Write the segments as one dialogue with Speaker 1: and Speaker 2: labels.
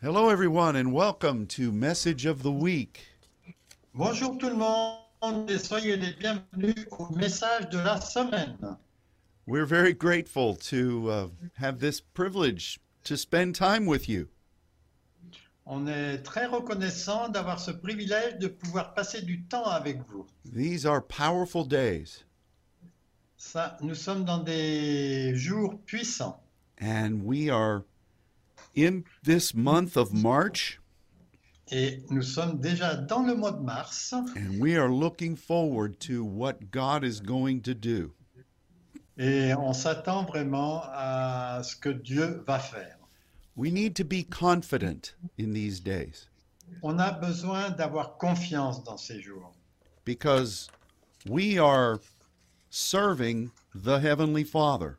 Speaker 1: Hello, everyone, and welcome to Message of the Week.
Speaker 2: Bonjour tout le monde et soyez les bienvenus au message de la semaine.
Speaker 1: We're very grateful to uh, have this privilege to spend time with you.
Speaker 2: On est très reconnaissant d'avoir ce privilège de pouvoir passer du temps avec vous.
Speaker 1: These are powerful days,
Speaker 2: Ça, nous sommes dans des jours puissants
Speaker 1: and we are in this month of March,
Speaker 2: et nous sommes déjà dans le mois de mars
Speaker 1: and we are looking forward to what God is going to do.
Speaker 2: et on s'attend vraiment à ce que Dieu va faire.
Speaker 1: We need to be confident in these days
Speaker 2: On a besoin d'avoir confiance dans ces jours
Speaker 1: because we are serving the Heavenly Father.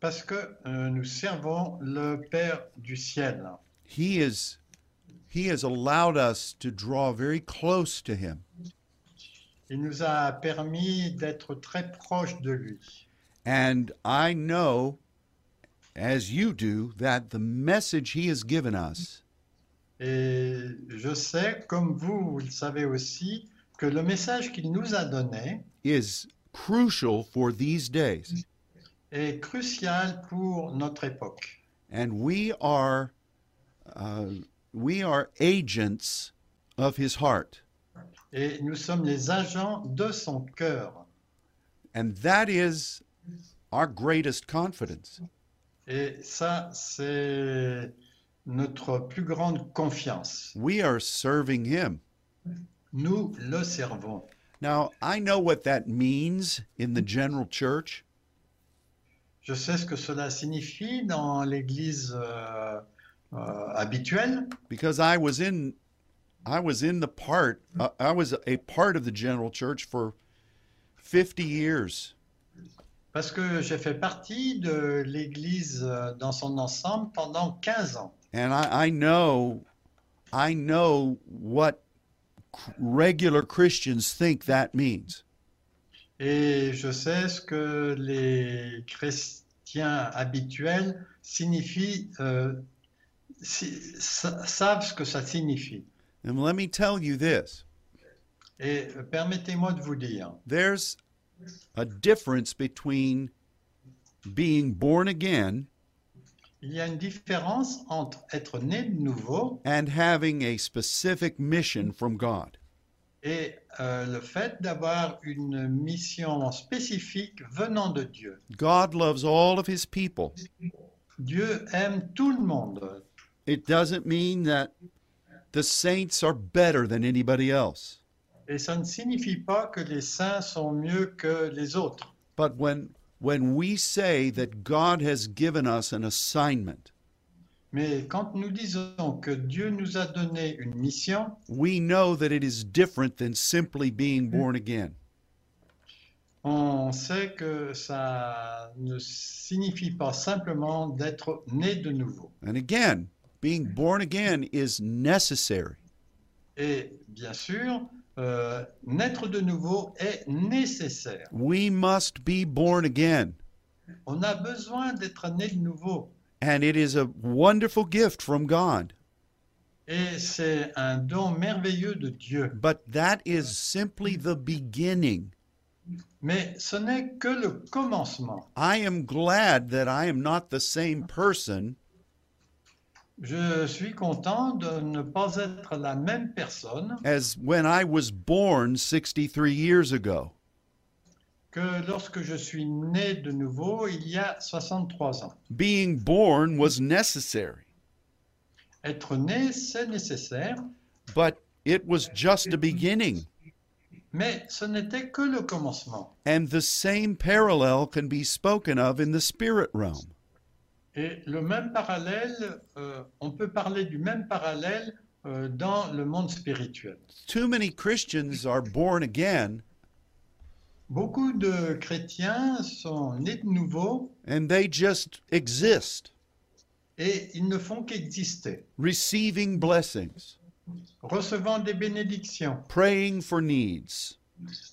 Speaker 2: parce que euh, nous servons le Père du ciel.
Speaker 1: He is he has allowed us to draw very close to him.
Speaker 2: Il nous a permis d'être très proche de lui.
Speaker 1: And I know, as you do, that the message he has given us
Speaker 2: Et je sais, comme vous, vous le savez aussi, que le message qu'il nous a donné
Speaker 1: is crucial for these days.
Speaker 2: est crucial pour notre époque.
Speaker 1: And we are, uh, we are agents of his heart.
Speaker 2: Et nous sommes les agents de son cœur.
Speaker 1: And that is our greatest confidence.
Speaker 2: Et ça, c'est notre plus grande confiance.
Speaker 1: We are serving him.
Speaker 2: Nous le servons.
Speaker 1: Now, I know what that means in the general church.
Speaker 2: Je sais ce que cela signifie dans l'Église euh, euh, habituelle.
Speaker 1: because I was in I was in the part uh, I was a part of the general church for 50 years
Speaker 2: Parce que j'ai fait partie de l'Église euh, dans son ensemble pendant 15 ans.
Speaker 1: and I, I know I know what c- regular Christians think that means
Speaker 2: Et je sais ce que les chrétiens habituels signifient, euh, si- sa- savent ce que ça signifie.
Speaker 1: and let me tell you this
Speaker 2: Et euh, permettez-moi de vous dire,
Speaker 1: there's a difference between being born again
Speaker 2: il y a une différence entre être né de nouveau
Speaker 1: and having a specific mission from God
Speaker 2: et euh, le fait d'avoir une mission spécifique venant de Dieu.
Speaker 1: God loves all of his people
Speaker 2: Dieu aime tout le monde,
Speaker 1: it doesn't mean that the saints are better than anybody else.
Speaker 2: Et ça ne signifie pas que les saints sont mieux que les autres.
Speaker 1: But when when we say that God has given us an assignment,
Speaker 2: Mais quand nous disons que Dieu nous a donné une mission,
Speaker 1: we know that it is different than simply being born again.
Speaker 2: on sait que ça ne signifie pas simplement d'être né de nouveau.
Speaker 1: And again, being born again is necessary.
Speaker 2: Et bien sûr, euh, naître de nouveau est nécessaire.
Speaker 1: We must be born again,
Speaker 2: On a besoin d'être né de nouveau.
Speaker 1: and it is a wonderful gift from God.
Speaker 2: Et c'est un don merveilleux de Dieu.
Speaker 1: But that is simply the beginning.
Speaker 2: Mais ce n'est que le commencement.
Speaker 1: I am glad that I am not the same person
Speaker 2: Je suis content de ne pas être la même personne
Speaker 1: as when I was born 63 years ago.
Speaker 2: que lorsque je suis né de nouveau il y a 63 ans.
Speaker 1: Being born was necessary,
Speaker 2: Être né, c'est nécessaire,
Speaker 1: but it was just a beginning.
Speaker 2: mais ce n'était que le commencement.
Speaker 1: And the same parallel can be spoken of in the spirit realm.
Speaker 2: Et le même parallèle, euh, on peut parler du même parallèle euh, dans le monde spirituel.
Speaker 1: Too many Christians are born again
Speaker 2: Beaucoup de chrétiens sont nés de nouveau
Speaker 1: and they just exist,
Speaker 2: et ils ne font qu'exister,
Speaker 1: receiving blessings,
Speaker 2: recevant des bénédictions,
Speaker 1: praying for needs,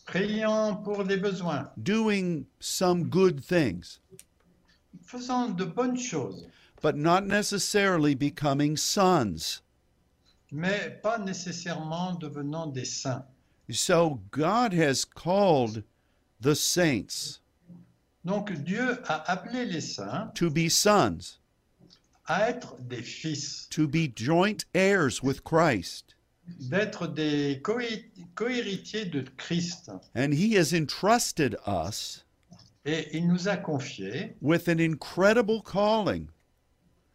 Speaker 2: priant pour des besoins,
Speaker 1: doing some good things.
Speaker 2: faisant de bonnes choses.
Speaker 1: but not necessarily becoming sons.
Speaker 2: mais pas nécessairement devenant des saints.
Speaker 1: So God has called the saints
Speaker 2: Donc Dieu a appelé les saints
Speaker 1: to be sons,
Speaker 2: à être des fils,
Speaker 1: to be joint heirs with Christ.
Speaker 2: d'être des cohé- cohéritiers de Christ.
Speaker 1: And He has entrusted us
Speaker 2: Et il nous a confié,
Speaker 1: with an incredible calling.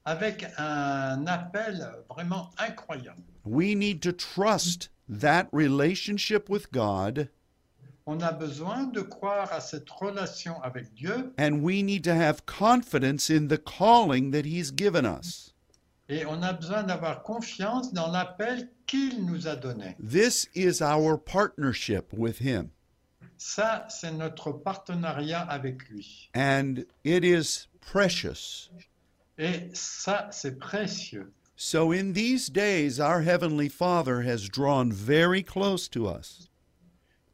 Speaker 2: avec un appel vraiment incroyable,
Speaker 1: We need to trust that relationship with God,
Speaker 2: on a besoin de croire à cette relation avec Dieu
Speaker 1: and we need to have confidence in the calling that He's given us.
Speaker 2: et on a besoin d'avoir confiance dans l'appel qu'il nous a donné.
Speaker 1: This is our partnership with Him,
Speaker 2: Ça, c'est notre partenariat avec lui.
Speaker 1: and it is precious.
Speaker 2: Et ça, c'est précieux.
Speaker 1: So, in these days, our Heavenly Father has drawn very close to us.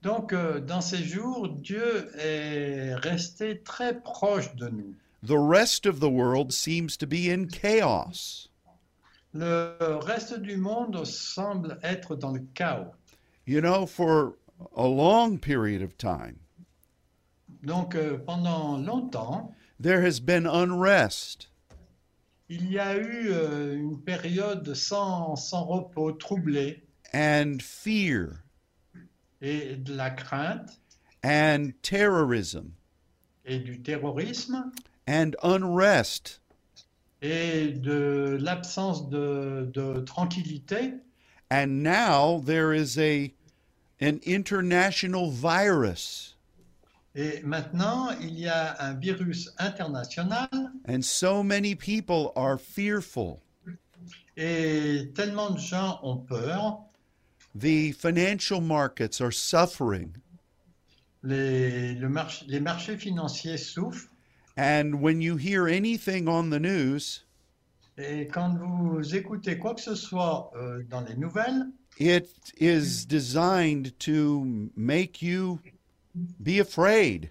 Speaker 2: Donc, euh, dans ces jours, Dieu est resté très proche de nous.
Speaker 1: The rest of the world seems to be in chaos.
Speaker 2: Le reste du monde semble être dans le chaos.
Speaker 1: You know, for a long period of time,
Speaker 2: Donc, euh, pendant longtemps,
Speaker 1: there has been unrest.
Speaker 2: il y a eu euh, une période sans, sans repos, troublée,
Speaker 1: and fear
Speaker 2: et de la crainte,
Speaker 1: and terrorism
Speaker 2: et du terrorisme,
Speaker 1: and unrest.
Speaker 2: et de l'absence de, de tranquillité.
Speaker 1: And now there is a an international virus
Speaker 2: Et maintenant, il y a un virus international,
Speaker 1: and so many people are fearful.
Speaker 2: et tellement de gens ont peur.
Speaker 1: The financial markets are suffering
Speaker 2: Les, le marché- les marchés financiers souffrent
Speaker 1: and when you hear anything on the news
Speaker 2: et quand vous écoutez quoi que ce soit euh, dans les nouvelles,
Speaker 1: it is designed to make you be afraid.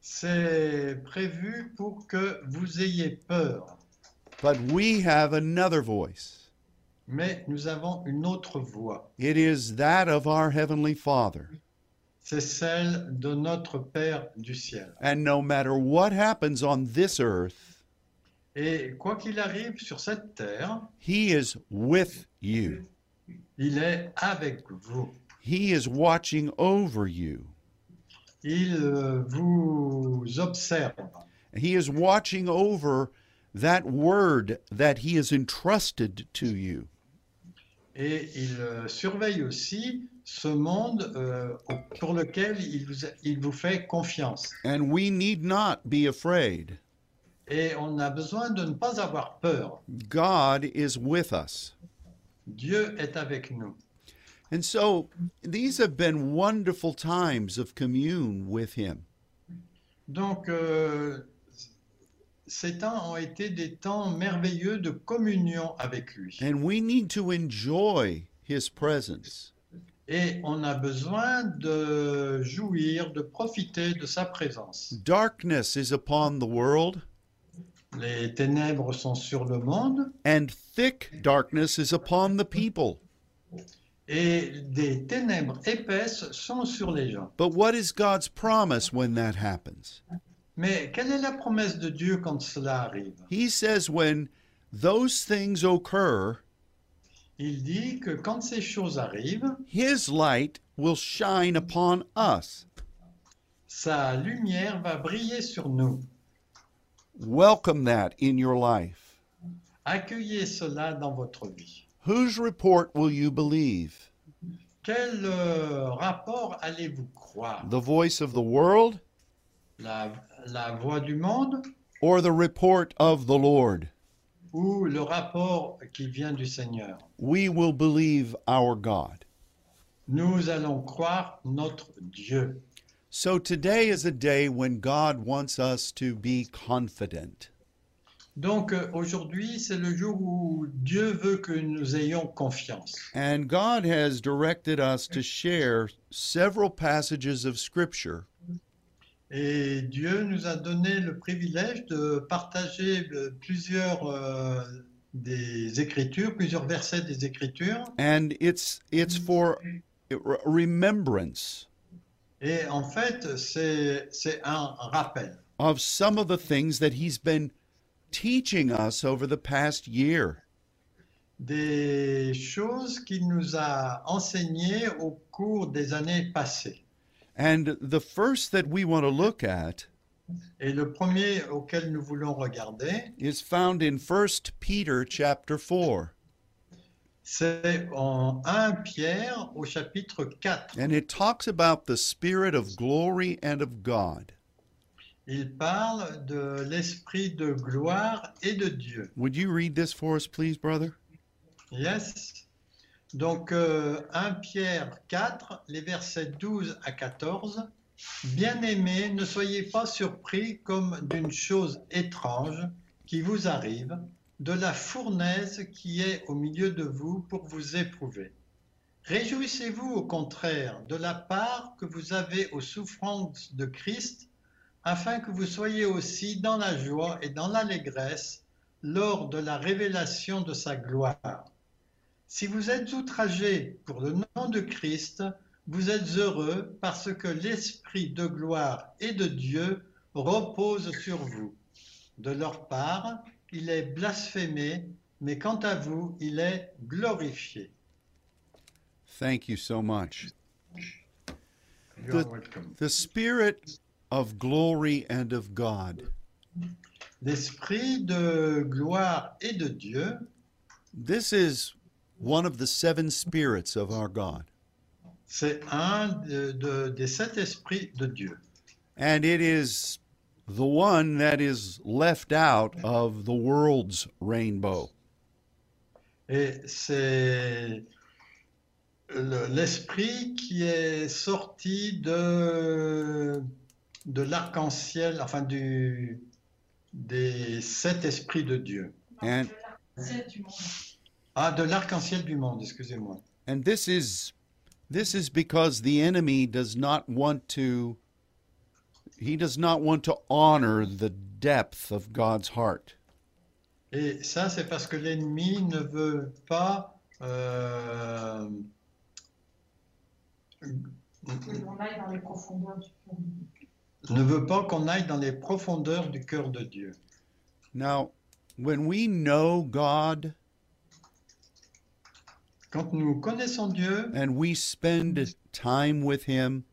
Speaker 2: c'est prévu pour que vous ayez peur.
Speaker 1: But we have another voice.
Speaker 2: Mais nous avons une autre voix.
Speaker 1: It is that of our heavenly Father.
Speaker 2: C'est celle de notre Père du ciel.
Speaker 1: And no matter what happens on this earth,
Speaker 2: Et quoi qu'il arrive sur cette terre,
Speaker 1: He is with you.
Speaker 2: il est avec vous.
Speaker 1: He is watching over you.
Speaker 2: Il euh, vous observe.
Speaker 1: He is watching over that word that He has entrusted to you.
Speaker 2: Et il euh, surveille aussi ce monde euh, au- pour lequel il vous, il vous fait confiance.
Speaker 1: And we need not be afraid.
Speaker 2: Et on a besoin de ne pas avoir peur.
Speaker 1: God is with us.
Speaker 2: Dieu est avec nous.
Speaker 1: And so these have been wonderful times of commune with Him.
Speaker 2: Donc, euh, ces temps ont été des temps merveilleux de communion avec lui.
Speaker 1: And we need to enjoy His presence.
Speaker 2: Et on a besoin de jouir, de profiter de sa présence.
Speaker 1: Darkness is upon the world.
Speaker 2: Les ténèbres sont sur le monde
Speaker 1: and thick darkness is upon the people.
Speaker 2: et des ténèbres épaisses sont sur les gens.
Speaker 1: But what is God's promise when that happens?
Speaker 2: Mais quelle est la promesse de Dieu quand cela arrive
Speaker 1: He says, when those things occur,
Speaker 2: Il dit que quand ces choses arrivent,
Speaker 1: His light will shine upon us.
Speaker 2: sa lumière va briller sur nous.
Speaker 1: Welcome that in your life.
Speaker 2: Accueillez cela dans votre vie.
Speaker 1: Whose report will you believe?
Speaker 2: Quel euh, rapport allez-vous croire
Speaker 1: The voice of the world
Speaker 2: la, la voix du monde
Speaker 1: or the report of the Lord?
Speaker 2: ou le rapport qui vient du Seigneur
Speaker 1: We will believe our God.
Speaker 2: Nous allons croire notre Dieu.
Speaker 1: So today is a day when God wants us to be confident.
Speaker 2: Donc euh, aujourd'hui, c'est le jour où Dieu veut que nous ayons confiance.
Speaker 1: And God has directed us to share several passages of Scripture
Speaker 2: Et Dieu nous a donné le privilège de partager euh, plusieurs euh, des Écritures, plusieurs versets des Écritures.
Speaker 1: and it's it's for re- remembrance
Speaker 2: Et en fait, c'est c'est un rappel
Speaker 1: of some of the things that he's been teaching us over the past year.
Speaker 2: des choses qu'il nous a enseignées au cours des années passées.
Speaker 1: And the first that we want to look at
Speaker 2: Et le premier auquel nous voulons regarder,
Speaker 1: is found in 1 Peter chapter 4,
Speaker 2: c'est en 1 Pierre au chapitre 4.
Speaker 1: and it talks about the spirit of glory and of God.
Speaker 2: Il parle de l'esprit de gloire et de Dieu.
Speaker 1: Would you read this for us, please, brother?
Speaker 2: Yes. Donc euh, 1 Pierre 4, les versets 12 à 14. Bien-aimés, ne soyez pas surpris comme d'une chose étrange qui vous arrive, de la fournaise qui est au milieu de vous pour vous éprouver. Réjouissez-vous au contraire de la part que vous avez aux souffrances de Christ, afin que vous soyez aussi dans la joie et dans l'allégresse lors de la révélation de sa gloire. Si vous êtes outragés pour le nom de Christ, vous êtes heureux parce que l'Esprit de gloire et de Dieu repose sur vous. De leur part, il est blasphémé, mais quant à vous, il est glorifié.
Speaker 1: Thank you so much. Good. The spirit of glory and of God.
Speaker 2: L'Esprit de gloire et de Dieu,
Speaker 1: This is one of the seven spirits of our God,
Speaker 2: c'est un de- de- des sept esprits de Dieu.
Speaker 1: and it is the one that is left out of the world's rainbow.
Speaker 2: Et c'est le- l'esprit qui est sorti de, de l'arc-en-ciel, enfin du, des sept esprits de Dieu.
Speaker 1: And
Speaker 2: Ah, de l'arc-en-ciel du monde, excusez-moi.
Speaker 1: and this is this is because the enemy does not want to he does not want to honor the depth of God's heart.
Speaker 2: Et ça, c'est parce que l'ennemi ne veut pas euh,
Speaker 3: que l'on aille dans les profondeurs du cœur.
Speaker 2: ne veut pas qu'on aille dans les profondeurs du cœur de Dieu.
Speaker 1: Now, when we know God
Speaker 2: Quand nous connaissons Dieu
Speaker 1: and we spend time with him,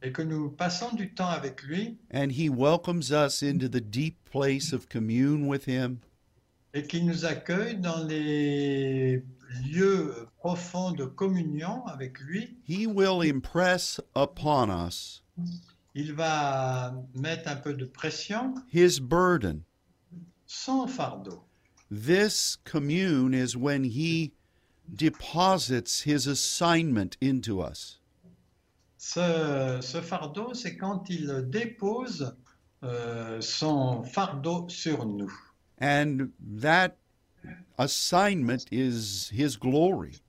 Speaker 2: et que nous passons du temps avec lui,
Speaker 1: and he welcomes us into the deep place of commune with him
Speaker 2: et qui nous accueille dans les lieux profonds de communion avec lui.
Speaker 1: he will impress upon us
Speaker 2: Il va mettre un peu de pression,
Speaker 1: his burden
Speaker 2: son fardeau.
Speaker 1: this commune is when he deposits his assignment into us
Speaker 2: Ce, ce fardeau, c'est quand il dépose euh, son fardeau sur nous.
Speaker 1: and that assignment is his glory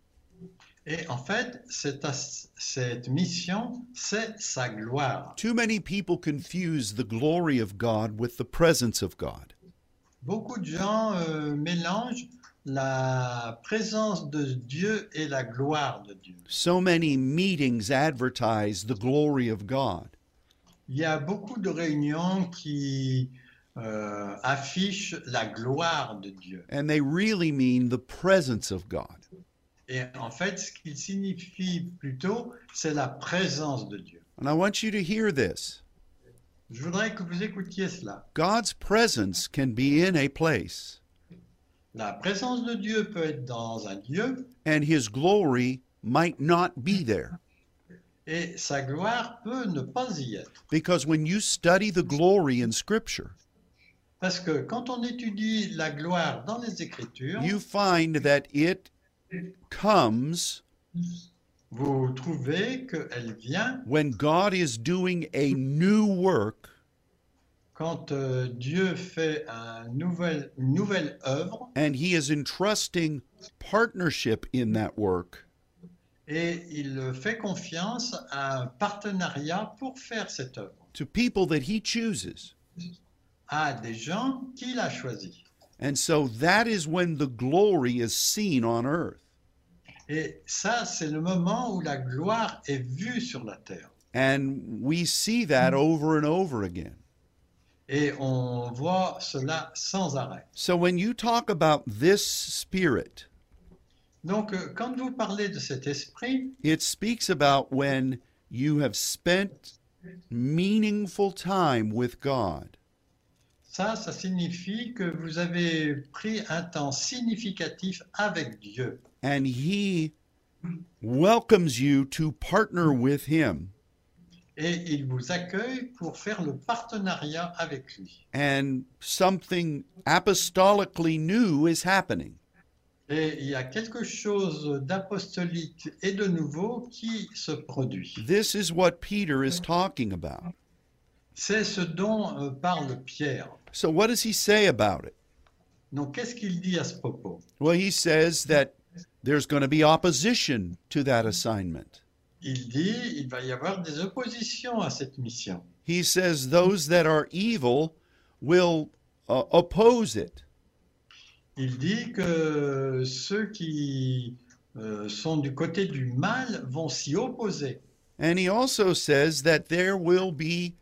Speaker 2: Et en fait, cette, as- cette mission, c'est sa gloire.
Speaker 1: too many people confuse the glory of god with the presence of god
Speaker 2: Beaucoup de gens euh, mélangent la présence de Dieu et la gloire de Dieu.
Speaker 1: so many meetings advertise the glory of god
Speaker 2: Il y a beaucoup de réunions qui euh, affichent la gloire de Dieu.
Speaker 1: and they really mean the presence of god
Speaker 2: Et en fait, ce qu'il signifie plutôt, c'est la présence de Dieu.
Speaker 1: And I want you to hear this
Speaker 2: Je voudrais que vous écoutiez cela.
Speaker 1: God's presence can be in a place,
Speaker 2: La présence de Dieu peut être dans un lieu
Speaker 1: and his glory might not be there.
Speaker 2: et sa gloire peut ne pas y être.
Speaker 1: Because when you study the glory in Scripture,
Speaker 2: Parce que quand on étudie la gloire dans les Écritures,
Speaker 1: you find that it comes
Speaker 2: vous trouvez qu'elle vient
Speaker 1: when God is doing a new work
Speaker 2: quand euh, Dieu fait un nouvel- une nouvelle œuvre
Speaker 1: and he is entrusting partnership in that work
Speaker 2: et il fait confiance à un partenariat pour faire cette œuvre.
Speaker 1: to people that he chooses.
Speaker 2: à des gens qu'il a choisis.
Speaker 1: And so that is when the glory is seen on earth.
Speaker 2: Et ça, c'est le moment où la gloire est vue sur la terre.
Speaker 1: And we see that over and over again.
Speaker 2: Et on voit cela sans arrêt.
Speaker 1: So when you talk about this spirit,
Speaker 2: Donc, euh, quand vous parlez de cet esprit,
Speaker 1: it speaks about when you have spent meaningful time with God.
Speaker 2: ça, ça signifie que vous avez pris un temps significatif avec Dieu.
Speaker 1: and he welcomes you to partner with him
Speaker 2: Et il vous accueille pour faire le partenariat avec lui.
Speaker 1: and something apostolically new is happening
Speaker 2: Et il y a quelque chose d'apostolique et de nouveau qui se produit.
Speaker 1: this is what peter is talking about
Speaker 2: C'est ce dont euh, parle Pierre.
Speaker 1: so what does he say about it
Speaker 2: Donc, qu'est-ce qu'il dit à ce propos
Speaker 1: well he says that there's going to be opposition to that assignment
Speaker 2: Il dit il va y avoir des oppositions à cette mission.
Speaker 1: he says those that are evil will uh, oppose it
Speaker 2: Il dit que ceux qui euh, sont du côté du mal vont s'y opposer.
Speaker 1: and he also says that there will be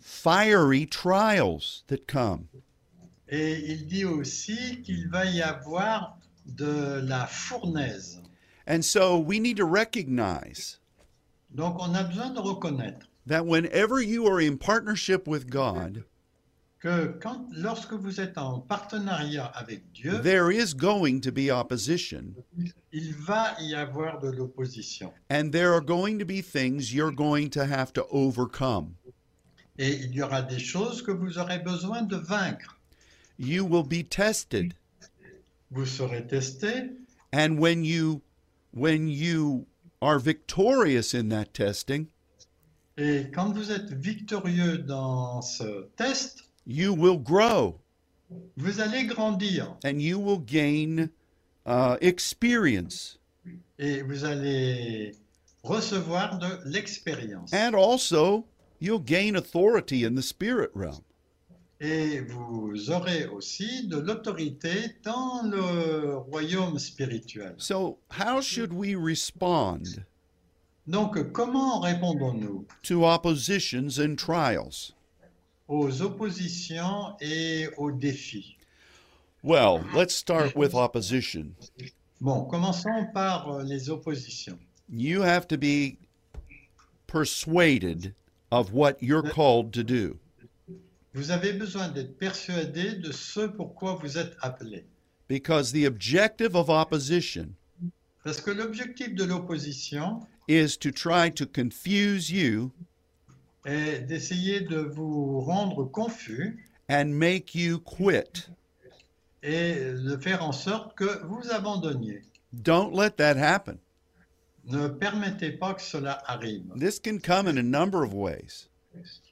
Speaker 1: fiery trials that come
Speaker 2: Et il dit aussi qu'il va y avoir de la fournaise.
Speaker 1: And so we need to recognize
Speaker 2: Donc on a besoin de reconnaître
Speaker 1: that whenever you are in partnership with God,
Speaker 2: que quand, lorsque vous êtes en partenariat avec Dieu,
Speaker 1: there is going to be opposition
Speaker 2: il va y avoir de l'opposition.
Speaker 1: and there are going to be things you're going to have to overcome.
Speaker 2: Et il y aura des choses que vous aurez besoin de vaincre.
Speaker 1: You will be tested.
Speaker 2: Vous serez testé
Speaker 1: And when you when you are victorious in that testing,
Speaker 2: Et quand vous êtes victorieux dans ce test,
Speaker 1: you will grow
Speaker 2: vous allez grandir
Speaker 1: and you will gain uh, experience
Speaker 2: et vous allez recevoir de l'expérience.
Speaker 1: and also you'll gain authority in the spirit realm.
Speaker 2: Et vous aurez aussi de l'autorité dans le royaume spirituel.
Speaker 1: So, how should we respond
Speaker 2: Donc comment répondons-nous
Speaker 1: to oppositions and trials?
Speaker 2: aux oppositions et aux défis
Speaker 1: Well, let's start with opposition.
Speaker 2: Bon, commençons par euh, les oppositions.
Speaker 1: You have to be persuaded of what you're called to do.
Speaker 2: Vous avez besoin d'être persuadé de ce pourquoi vous êtes appelé.
Speaker 1: Because the objective of opposition
Speaker 2: Parce que l'objectif de l'opposition,
Speaker 1: is to try to confuse you
Speaker 2: et d'essayer de vous rendre confus
Speaker 1: and make you quit.
Speaker 2: et de faire en sorte que vous abandonniez.
Speaker 1: Don't let that happen.
Speaker 2: Ne permettez pas que cela arrive.
Speaker 1: This can come in a number of ways.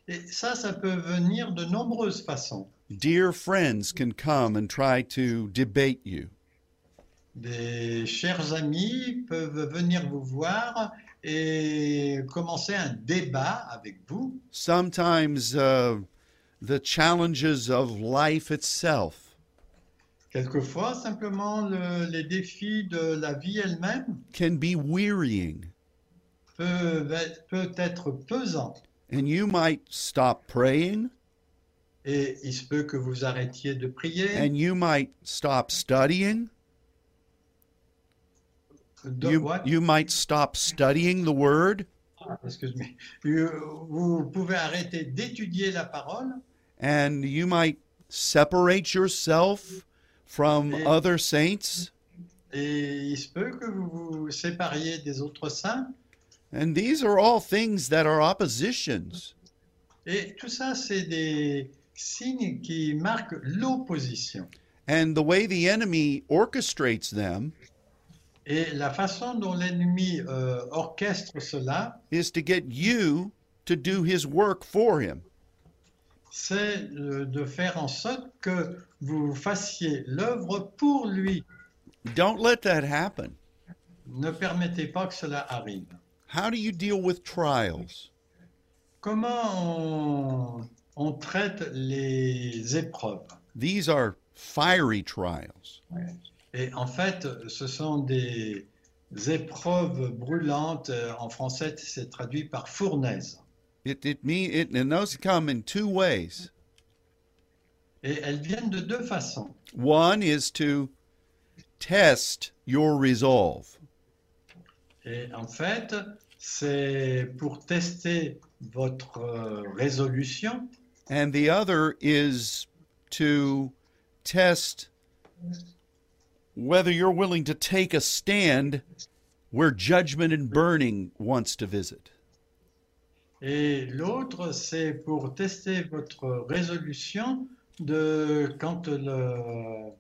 Speaker 2: Et ça, ça peut venir de nombreuses façons.
Speaker 1: Dear friends can come and try to debate you.
Speaker 2: Des chers amis peuvent venir vous voir et commencer un débat avec vous.
Speaker 1: sometimes uh, the challenges of life itself
Speaker 2: Quelquefois, simplement, le- les défis de la vie elle-même
Speaker 1: can be wearying
Speaker 2: peuvent être- peut être pesants.
Speaker 1: and you might stop praying
Speaker 2: Et il se peut que vous arrêtiez de prier.
Speaker 1: and you might stop studying
Speaker 2: de-
Speaker 1: you,
Speaker 2: What?
Speaker 1: you might stop studying the word
Speaker 2: Excuse-moi. Vous pouvez arrêter d'étudier la parole
Speaker 1: and you might separate yourself from
Speaker 2: Yeah.
Speaker 1: other saints
Speaker 2: et il se peut que vous vous sépariez des autres saints.
Speaker 1: and these are all things that are oppositions
Speaker 2: Et tout ça, c'est des signes qui marquent l'opposition.
Speaker 1: and the way the enemy orchestrates them
Speaker 2: Et la façon dont l'ennemi euh, orchestre cela,
Speaker 1: is to get you to do his work for him
Speaker 2: c'est euh, de faire en sorte que vous fassiez l'œuvre pour lui.
Speaker 1: Don't let that happen.
Speaker 2: Ne permettez pas que cela arrive.
Speaker 1: How do you deal with trials?
Speaker 2: Comment on, on traite les épreuves
Speaker 1: These are fiery trials.
Speaker 2: Et en fait, ce sont des épreuves brûlantes. Euh, En français, c'est traduit par fournaise.
Speaker 1: It, it, me, it, and those come in two ways.
Speaker 2: Et elles viennent de deux façons.
Speaker 1: One is to test your resolve.
Speaker 2: Et en fait, c'est pour tester votre euh, résolution
Speaker 1: and the other is to test whether you're willing to take a stand where judgment and burning wants to visit.
Speaker 2: Et l'autre, c'est pour tester votre résolution de quand le,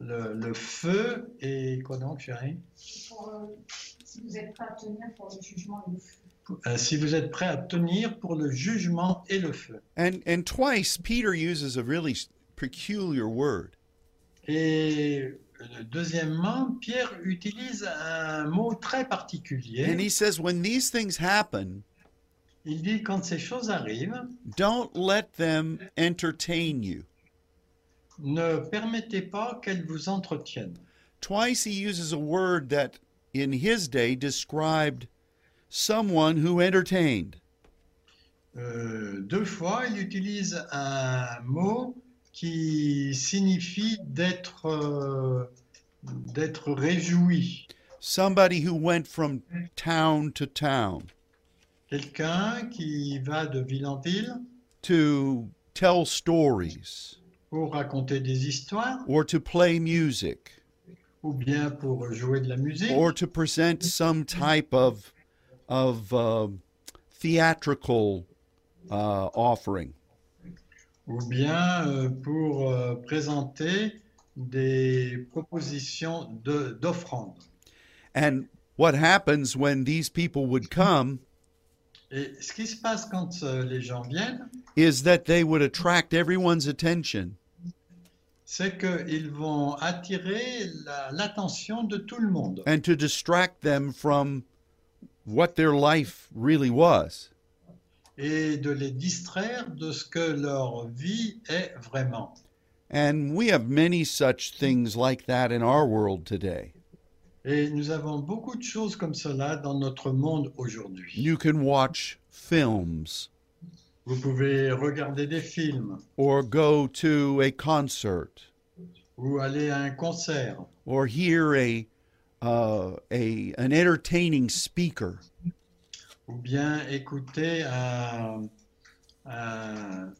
Speaker 2: le, le feu et quoi donc, chérie
Speaker 3: Pour, euh, si vous êtes prêt à tenir pour le jugement et le feu.
Speaker 2: Euh, Si vous êtes prêt à tenir pour le jugement et le feu.
Speaker 1: And and twice Peter uses a really s- peculiar word.
Speaker 2: Et euh, deuxièmement, Pierre utilise un mot très
Speaker 1: And
Speaker 2: particulier.
Speaker 1: he says when these things happen,
Speaker 2: Il dit quand ces choses arrivent,
Speaker 1: don't let them entertain you.
Speaker 2: ne permettez pas qu'elles vous entretiennent.
Speaker 1: Twice he uses a word that in his day described someone who entertained.
Speaker 2: Euh, deux fois, il utilise un mot qui signifie d'être euh, d'être réjoui.
Speaker 1: somebody who went from town to town
Speaker 2: Quelqu'un qui va de ville en ville
Speaker 1: to tell stories
Speaker 2: pour raconter des histoires
Speaker 1: or to play music
Speaker 2: ou bien pour jouer de la musique
Speaker 1: or to present some type of of uh, theatrical uh, offering.
Speaker 2: ou bien euh, pour euh, présenter des propositions de- d'offrandes.
Speaker 1: And what happens when these people would come
Speaker 2: Et ce qui se passe quand euh, les gens viennent,
Speaker 1: is that they would attract everyone's attention
Speaker 2: c'est qu'ils vont attirer la- l'attention de tout le monde.
Speaker 1: and to distract them from what their life really was.
Speaker 2: et de les distraire de ce que leur vie est vraiment.
Speaker 1: And we have many such things like that in our world today.
Speaker 2: Et nous avons beaucoup de choses comme cela dans notre monde aujourd'hui.
Speaker 1: You can watch films
Speaker 2: Vous pouvez regarder des films
Speaker 1: or go to a concert
Speaker 2: ou aller à un concert
Speaker 1: or hear a uh, a an entertaining speaker
Speaker 2: ou bien écouter un, un-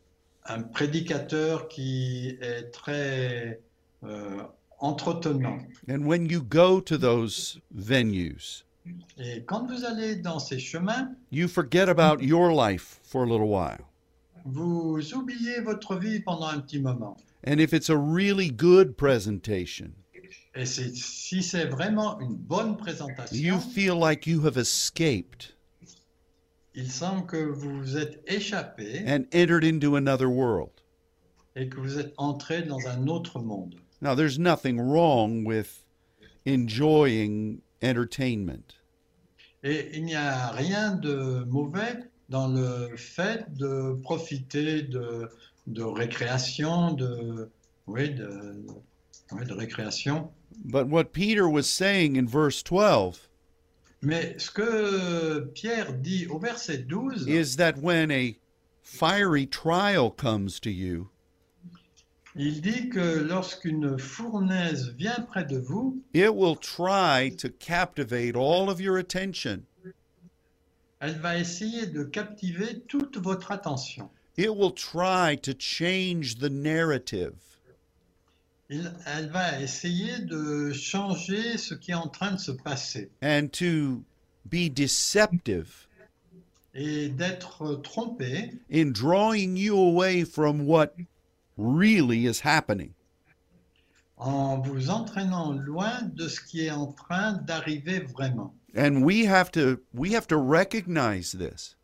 Speaker 2: un prédicateur qui est très euh, entretenant.
Speaker 1: and when you go to those venues
Speaker 2: Et quand vous allez dans ces chemins,
Speaker 1: you forget about your life for a little while
Speaker 2: vous oubliez votre vie pendant un petit moment.
Speaker 1: and if it's a really good presentation
Speaker 2: Et c'est- si c'est vraiment une bonne présentation,
Speaker 1: you feel like you have escaped
Speaker 2: il semble que vous vous êtes échappé
Speaker 1: and entered into another world
Speaker 2: et que vous êtes entré dans un autre monde.
Speaker 1: now there's nothing wrong with enjoying entertainment
Speaker 2: Et il n'y a rien de mauvais dans le fait de profiter de, de récréation, de, oui, de, oui, de récréation.
Speaker 1: but what peter was saying in verse 12
Speaker 2: Mais ce que Pierre dit au verset 12,
Speaker 1: is that when a fiery trial comes to you,
Speaker 2: il dit que lorsqu'une fournaise vient près de vous,
Speaker 1: it will try to captivate all of your attention.
Speaker 2: elle va essayer de captiver toute votre attention.
Speaker 1: It will try to change the narrative.
Speaker 2: Il- elle va essayer de changer ce qui est en train de se passer
Speaker 1: And to be deceptive
Speaker 2: et d'être trompée
Speaker 1: in drawing you away from what really is happening.
Speaker 2: en vous entraînant loin de ce qui est en train d'arriver vraiment.
Speaker 1: And we have to we have to recognize this.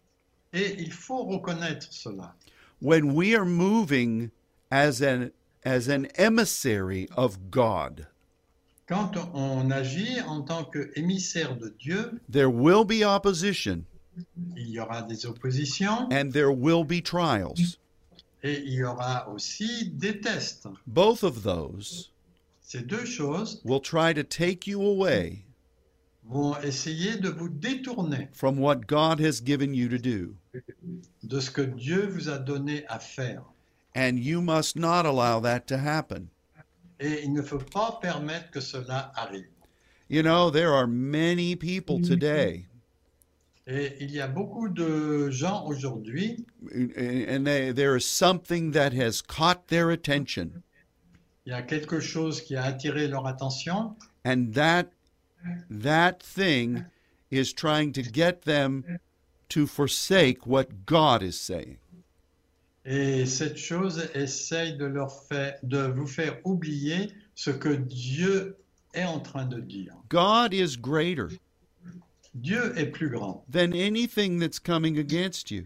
Speaker 2: Et il faut reconnaître cela.
Speaker 1: When we are moving as an as an emissary of God,
Speaker 2: Quand on agit en tant qu'émissaire de Dieu,
Speaker 1: there will be opposition
Speaker 2: il y aura des oppositions
Speaker 1: and there will be trials.
Speaker 2: et il y aura aussi des tests.
Speaker 1: Both of those
Speaker 2: Ces deux choses
Speaker 1: will try to take you away
Speaker 2: vont essayer de vous détourner
Speaker 1: from what God has given you to do.
Speaker 2: de ce que Dieu vous a donné à faire.
Speaker 1: And you must not allow that to happen.
Speaker 2: Et il ne faut pas permettre que cela arrive.
Speaker 1: You know, there are many people today,
Speaker 2: Et il y a beaucoup de gens aujourd'hui,
Speaker 1: and they, there is something that has caught their attention,
Speaker 2: il y a quelque chose qui a attiré leur attention
Speaker 1: and that that thing is trying to get them to forsake what God is saying.
Speaker 2: et cette chose essaye de, leur faire, de vous faire oublier ce que Dieu est en train de dire.
Speaker 1: God is greater
Speaker 2: Dieu est plus grand
Speaker 1: than anything that's coming against you.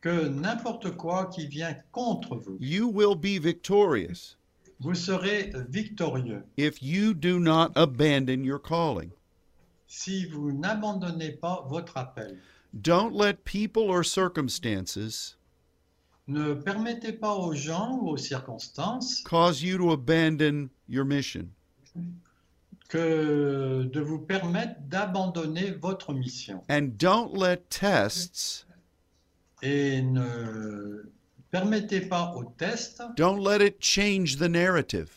Speaker 2: que n'importe quoi qui vient contre vous.
Speaker 1: You will be victorious
Speaker 2: Vous serez victorieux
Speaker 1: if you do not abandon your calling.
Speaker 2: si vous n'abandonnez pas votre appel.
Speaker 1: Don't let people or circumstances
Speaker 2: Ne permettez pas aux gens ou aux circonstances
Speaker 1: cause you to abandon your mission.
Speaker 2: que de vous permettre d'abandonner votre mission
Speaker 1: And don't let tests,
Speaker 2: et ne permettez pas aux tests
Speaker 1: don't let it change the narrative.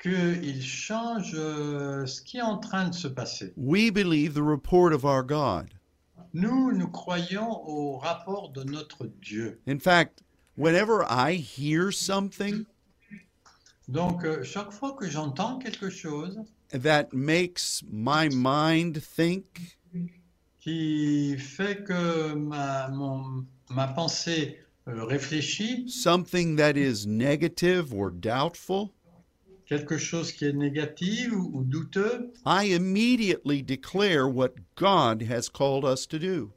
Speaker 2: qu'ils changent euh, ce qui est en train de se passer.
Speaker 1: We believe the report of our God.
Speaker 2: Nous, nous croyons au rapport de notre Dieu.
Speaker 1: In fact, whenever I hear something
Speaker 2: Donc, euh, chaque fois que j'entends quelque chose
Speaker 1: that makes my mind think,
Speaker 2: qui fait que ma, mon- ma pensée euh, réfléchit,
Speaker 1: something that is negative or doubtful,
Speaker 2: quelque chose qui est négatif ou- ou douteux,
Speaker 1: I immediately declare what God has called us to do.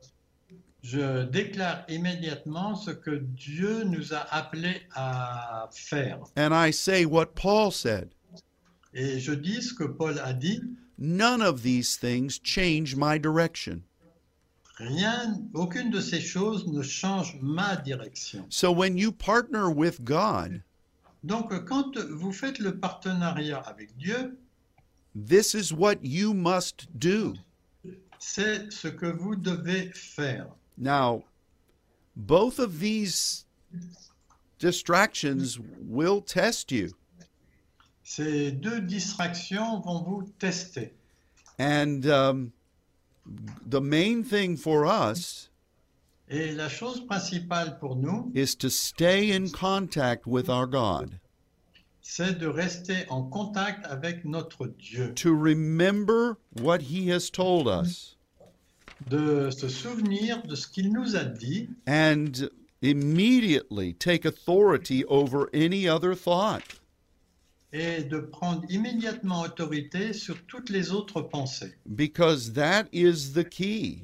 Speaker 2: Je déclare immédiatement ce que Dieu nous a appelés à faire.
Speaker 1: And I say what Paul said
Speaker 2: Et je dis ce que Paul a dit,
Speaker 1: none of these things change my direction.
Speaker 2: rien, aucune de ces choses ne change ma direction.
Speaker 1: So when you partner with God,
Speaker 2: Donc quand vous faites le partenariat avec Dieu,
Speaker 1: this is what you must do.
Speaker 2: c'est ce que vous devez faire.
Speaker 1: Now, both of these distractions will test you.
Speaker 2: Ces deux distractions vont vous tester.
Speaker 1: And um, the main thing for us
Speaker 2: Et la chose principale pour nous,
Speaker 1: is to stay in contact with our God,
Speaker 2: c'est de rester en contact avec notre Dieu,
Speaker 1: to remember what He has told us,
Speaker 2: de se souvenir de ce qu'il nous a dit
Speaker 1: and immediately take authority over any other thought.
Speaker 2: et de prendre immédiatement autorité sur toutes les autres pensées.
Speaker 1: Because that is the key.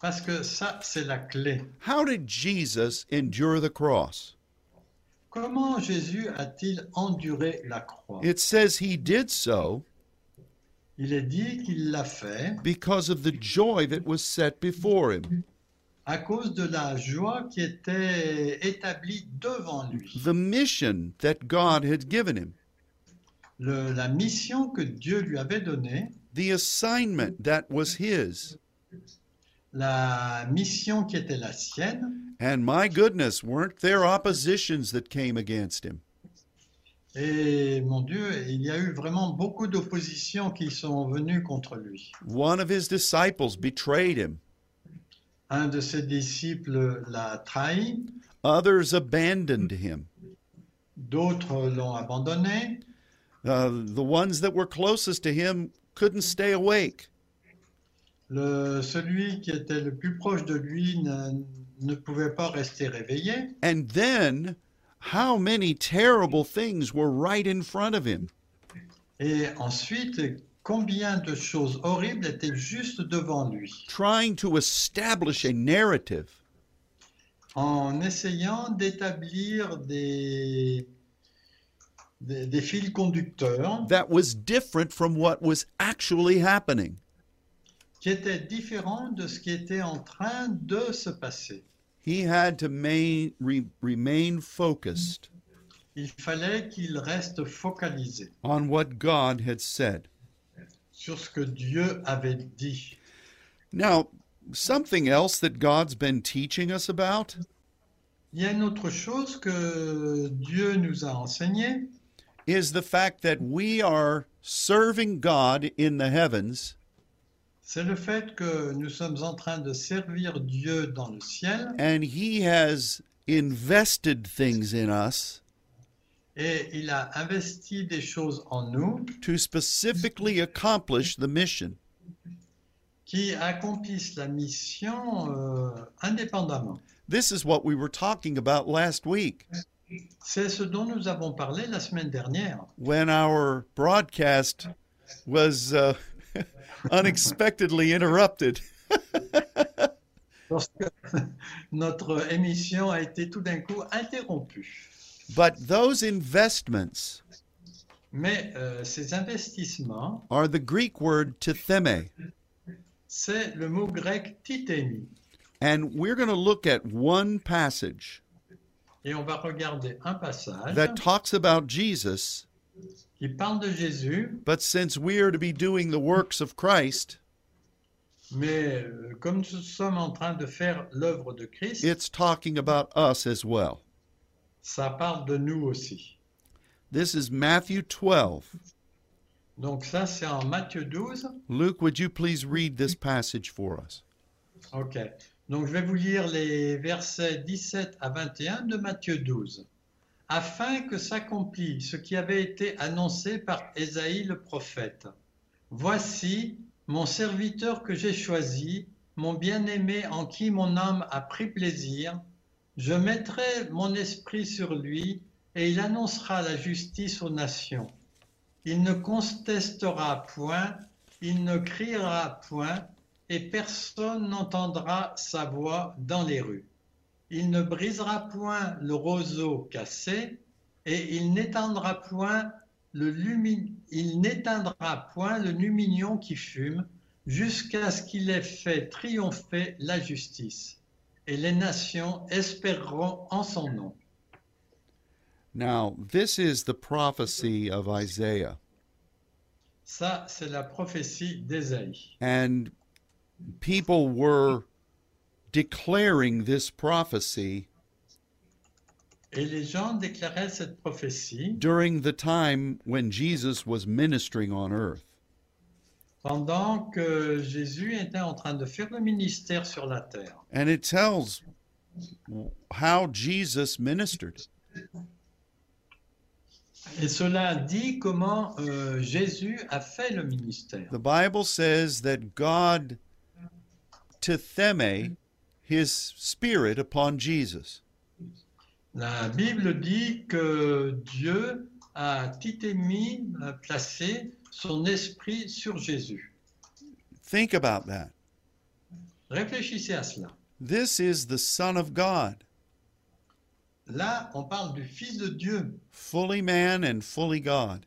Speaker 2: Parce que ça, c'est la clé.
Speaker 1: How did Jesus endure the cross?
Speaker 2: Comment Jésus a-t-il enduré la croix
Speaker 1: It says he did so
Speaker 2: Il est dit qu'il l'a fait
Speaker 1: because of the joy that was set before him.
Speaker 2: à cause de la joie qui était établie devant lui,
Speaker 1: The mission that God had given him,
Speaker 2: Le- la mission que Dieu lui avait donnée,
Speaker 1: the assignment that was his.
Speaker 2: la mission qui était la sienne.
Speaker 1: And my goodness, weren't there oppositions that came against him?
Speaker 2: Et mon Dieu, il y a eu vraiment beaucoup d'oppositions qui sont venues contre lui.
Speaker 1: One of his disciples betrayed him,
Speaker 2: Un de ses disciples l'a trahi,
Speaker 1: others abandoned him.
Speaker 2: D'autres l'ont abandonné.
Speaker 1: Uh, the ones that were closest to him couldn't stay awake.
Speaker 2: Le- celui qui était le plus proche de lui ne, ne pouvait pas rester réveillé.
Speaker 1: And then, how many terrible things were right in front of him?
Speaker 2: Et ensuite, combien de choses horribles étaient juste devant lui,
Speaker 1: Trying to establish a narrative
Speaker 2: en essayant d'établir des, des, des fils conducteurs
Speaker 1: that was different from what was actually happening.
Speaker 2: qui était différent de ce qui était en train de se passer.
Speaker 1: He had to main, re, remain focused
Speaker 2: Il fallait qu'il reste focalisé
Speaker 1: on what God had said.
Speaker 2: sur ce que Dieu avait dit.
Speaker 1: Now, something else that God's been teaching us about
Speaker 2: Il y a une autre chose que Dieu nous a enseignée,
Speaker 1: is the fact that we are serving God in the heavens
Speaker 2: c'est le fait que nous sommes en train de servir Dieu dans le ciel
Speaker 1: and He has invested things in us
Speaker 2: et il a investi des choses en nous
Speaker 1: to specifically accomplish the mission.
Speaker 2: qui accomplissent la mission euh, indépendamment.
Speaker 1: This is what we were talking about last week
Speaker 2: C'est ce dont nous avons parlé la semaine dernière,
Speaker 1: when our broadcast was uh, unexpectedly interrupted.
Speaker 2: lorsque notre émission a été tout d'un coup interrompue.
Speaker 1: But those investments
Speaker 2: Mais euh, ces investissements,
Speaker 1: are the Greek word titheme.
Speaker 2: c'est le mot grec titémie.
Speaker 1: And we're going to look at one passage
Speaker 2: Et on va regarder un passage
Speaker 1: that talks about Jesus.
Speaker 2: qui parle de Jésus,
Speaker 1: But since we are to be doing the works of Christ,
Speaker 2: mais euh, comme nous sommes en train de faire l'œuvre de Christ,
Speaker 1: it's talking about us as well.
Speaker 2: ça parle de nous aussi.
Speaker 1: This is Matthew 12.
Speaker 2: Donc ça, c'est en Matthieu 12.
Speaker 1: Luke, would you please read this passage for us?
Speaker 2: Ok. Donc je vais vous lire les versets 17 à 21 de Matthieu 12. Afin que s'accomplit ce qui avait été annoncé par Ésaïe le prophète. Voici mon serviteur que j'ai choisi, mon bien-aimé en qui mon âme a pris plaisir. Je mettrai mon esprit sur lui et il annoncera la justice aux nations. Il ne contestera point, il ne criera point, et personne n'entendra sa voix dans les rues. Il ne brisera point le roseau cassé, et il n'éteindra point le lumi- il n'éteindra point le lumignon qui fume, jusqu'à ce qu'il ait fait triompher la justice. Et les nations espéreront en son nom.
Speaker 1: Now, this is the prophecy of Isaiah.
Speaker 2: Ça, c'est la prophétie d'Ésaïe.
Speaker 1: And people were declaring this prophecy
Speaker 2: Et les gens déclaraient cette prophétie
Speaker 1: during the time when Jesus was ministering on earth.
Speaker 2: pendant que Jésus était en train de faire le ministère sur la terre.
Speaker 1: And it tells how Jesus ministered.
Speaker 2: Et cela dit comment euh, Jésus a fait le ministère.
Speaker 1: The Bible says that God titheme his spirit upon Jesus.
Speaker 2: La Bible dit que Dieu a titémi, a placé son esprit sur Jésus.
Speaker 1: Think about that.
Speaker 2: Réfléchissez à cela.
Speaker 1: This is the Son of God,
Speaker 2: Là, on parle du Fils de Dieu,
Speaker 1: fully man and fully God.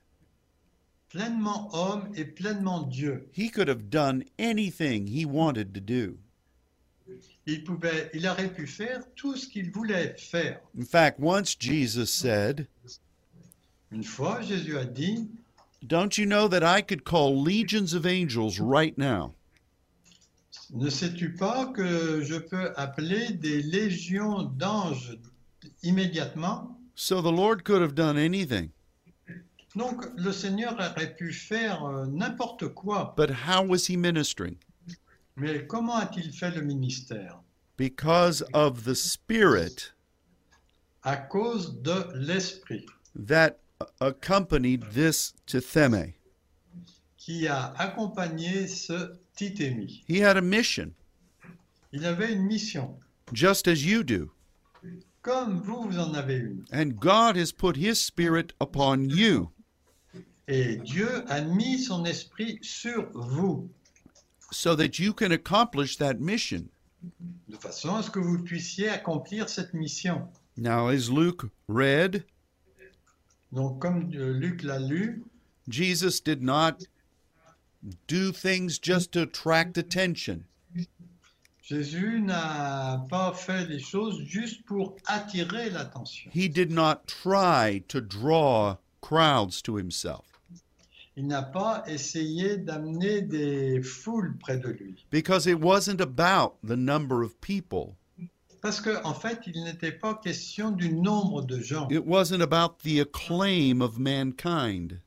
Speaker 2: pleinement homme et pleinement Dieu.
Speaker 1: He could have done anything he wanted to do.
Speaker 2: Il pouvait, il aurait pu faire tout ce qu'il voulait faire.
Speaker 1: In fact, once Jesus said,
Speaker 2: Une fois, Jésus a dit,
Speaker 1: Don't you know that I could call legions of angels right now?
Speaker 2: Ne sais-tu pas que je peux appeler des légions d'anges immédiatement
Speaker 1: So the Lord could have done anything.
Speaker 2: Donc le Seigneur aurait pu faire euh, n'importe quoi,
Speaker 1: But how was he ministering?
Speaker 2: mais comment a-t-il fait le ministère
Speaker 1: Because of the Spirit
Speaker 2: À cause de l'Esprit
Speaker 1: that accompanied this titheme.
Speaker 2: qui a accompagné ce titémie.
Speaker 1: He had a mission,
Speaker 2: Il avait une mission,
Speaker 1: just as you do.
Speaker 2: comme vous, vous en avez une.
Speaker 1: And God has put his Spirit upon you.
Speaker 2: Et Dieu a mis son esprit sur vous,
Speaker 1: so that you can accomplish that mission.
Speaker 2: de façon à ce que vous puissiez accomplir cette mission.
Speaker 1: Now, as Luke read,
Speaker 2: Donc comme euh, Luc l'a lu,
Speaker 1: Jesus did not do things just to attract attention.
Speaker 2: Jésus n'a pas fait les choses juste pour attirer l'attention.
Speaker 1: He did not try to draw crowds to himself
Speaker 2: Il n'a pas essayé d'amener des foules près de lui.
Speaker 1: because it wasn't about the number of people.
Speaker 2: Parce qu'en en fait, il n'était pas question du nombre de gens.
Speaker 1: It wasn't about the acclaim of mankind.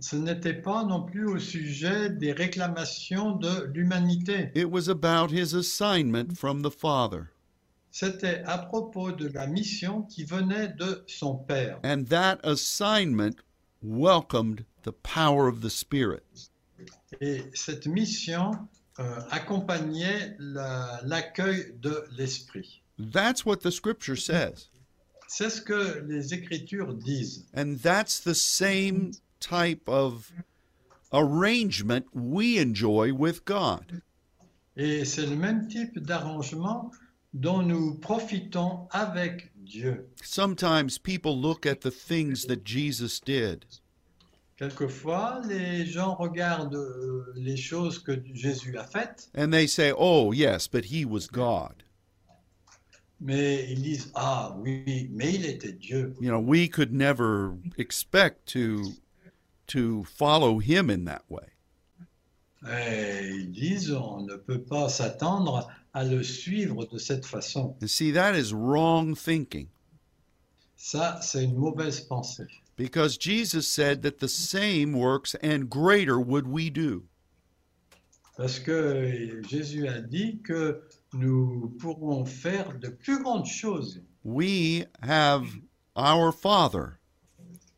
Speaker 2: Ce n'était pas non plus au sujet des réclamations de l'humanité.
Speaker 1: It was about his assignment from the Father.
Speaker 2: C'était à propos de la mission qui venait de son Père.
Speaker 1: And that assignment welcomed the power of the Spirit.
Speaker 2: Et cette mission euh, accompagnait la- l'accueil de l'Esprit.
Speaker 1: That's what the scripture says.
Speaker 2: C'est ce que les Écritures disent.
Speaker 1: And that's the same type of arrangement we enjoy with God.
Speaker 2: Et c'est le même type d'arrangement dont nous profitons avec Dieu.
Speaker 1: Sometimes people look at the things that Jesus did
Speaker 2: Quelquefois, les gens regardent euh, les choses que Jésus a faites,
Speaker 1: and they say, oh, yes, but he was God.
Speaker 2: mais ils disent, ah oui, mais il était Dieu.
Speaker 1: You know, we could never expect to to follow him in that way.
Speaker 2: Et ils disent, on ne peut pas s'attendre à le suivre de cette façon.
Speaker 1: And see, that is wrong thinking.
Speaker 2: Ça, c'est une mauvaise pensée.
Speaker 1: Because Jesus said that the same works and greater would we do.
Speaker 2: Parce que Jésus a dit que nous pourrons faire de plus grandes choses.
Speaker 1: We have our Father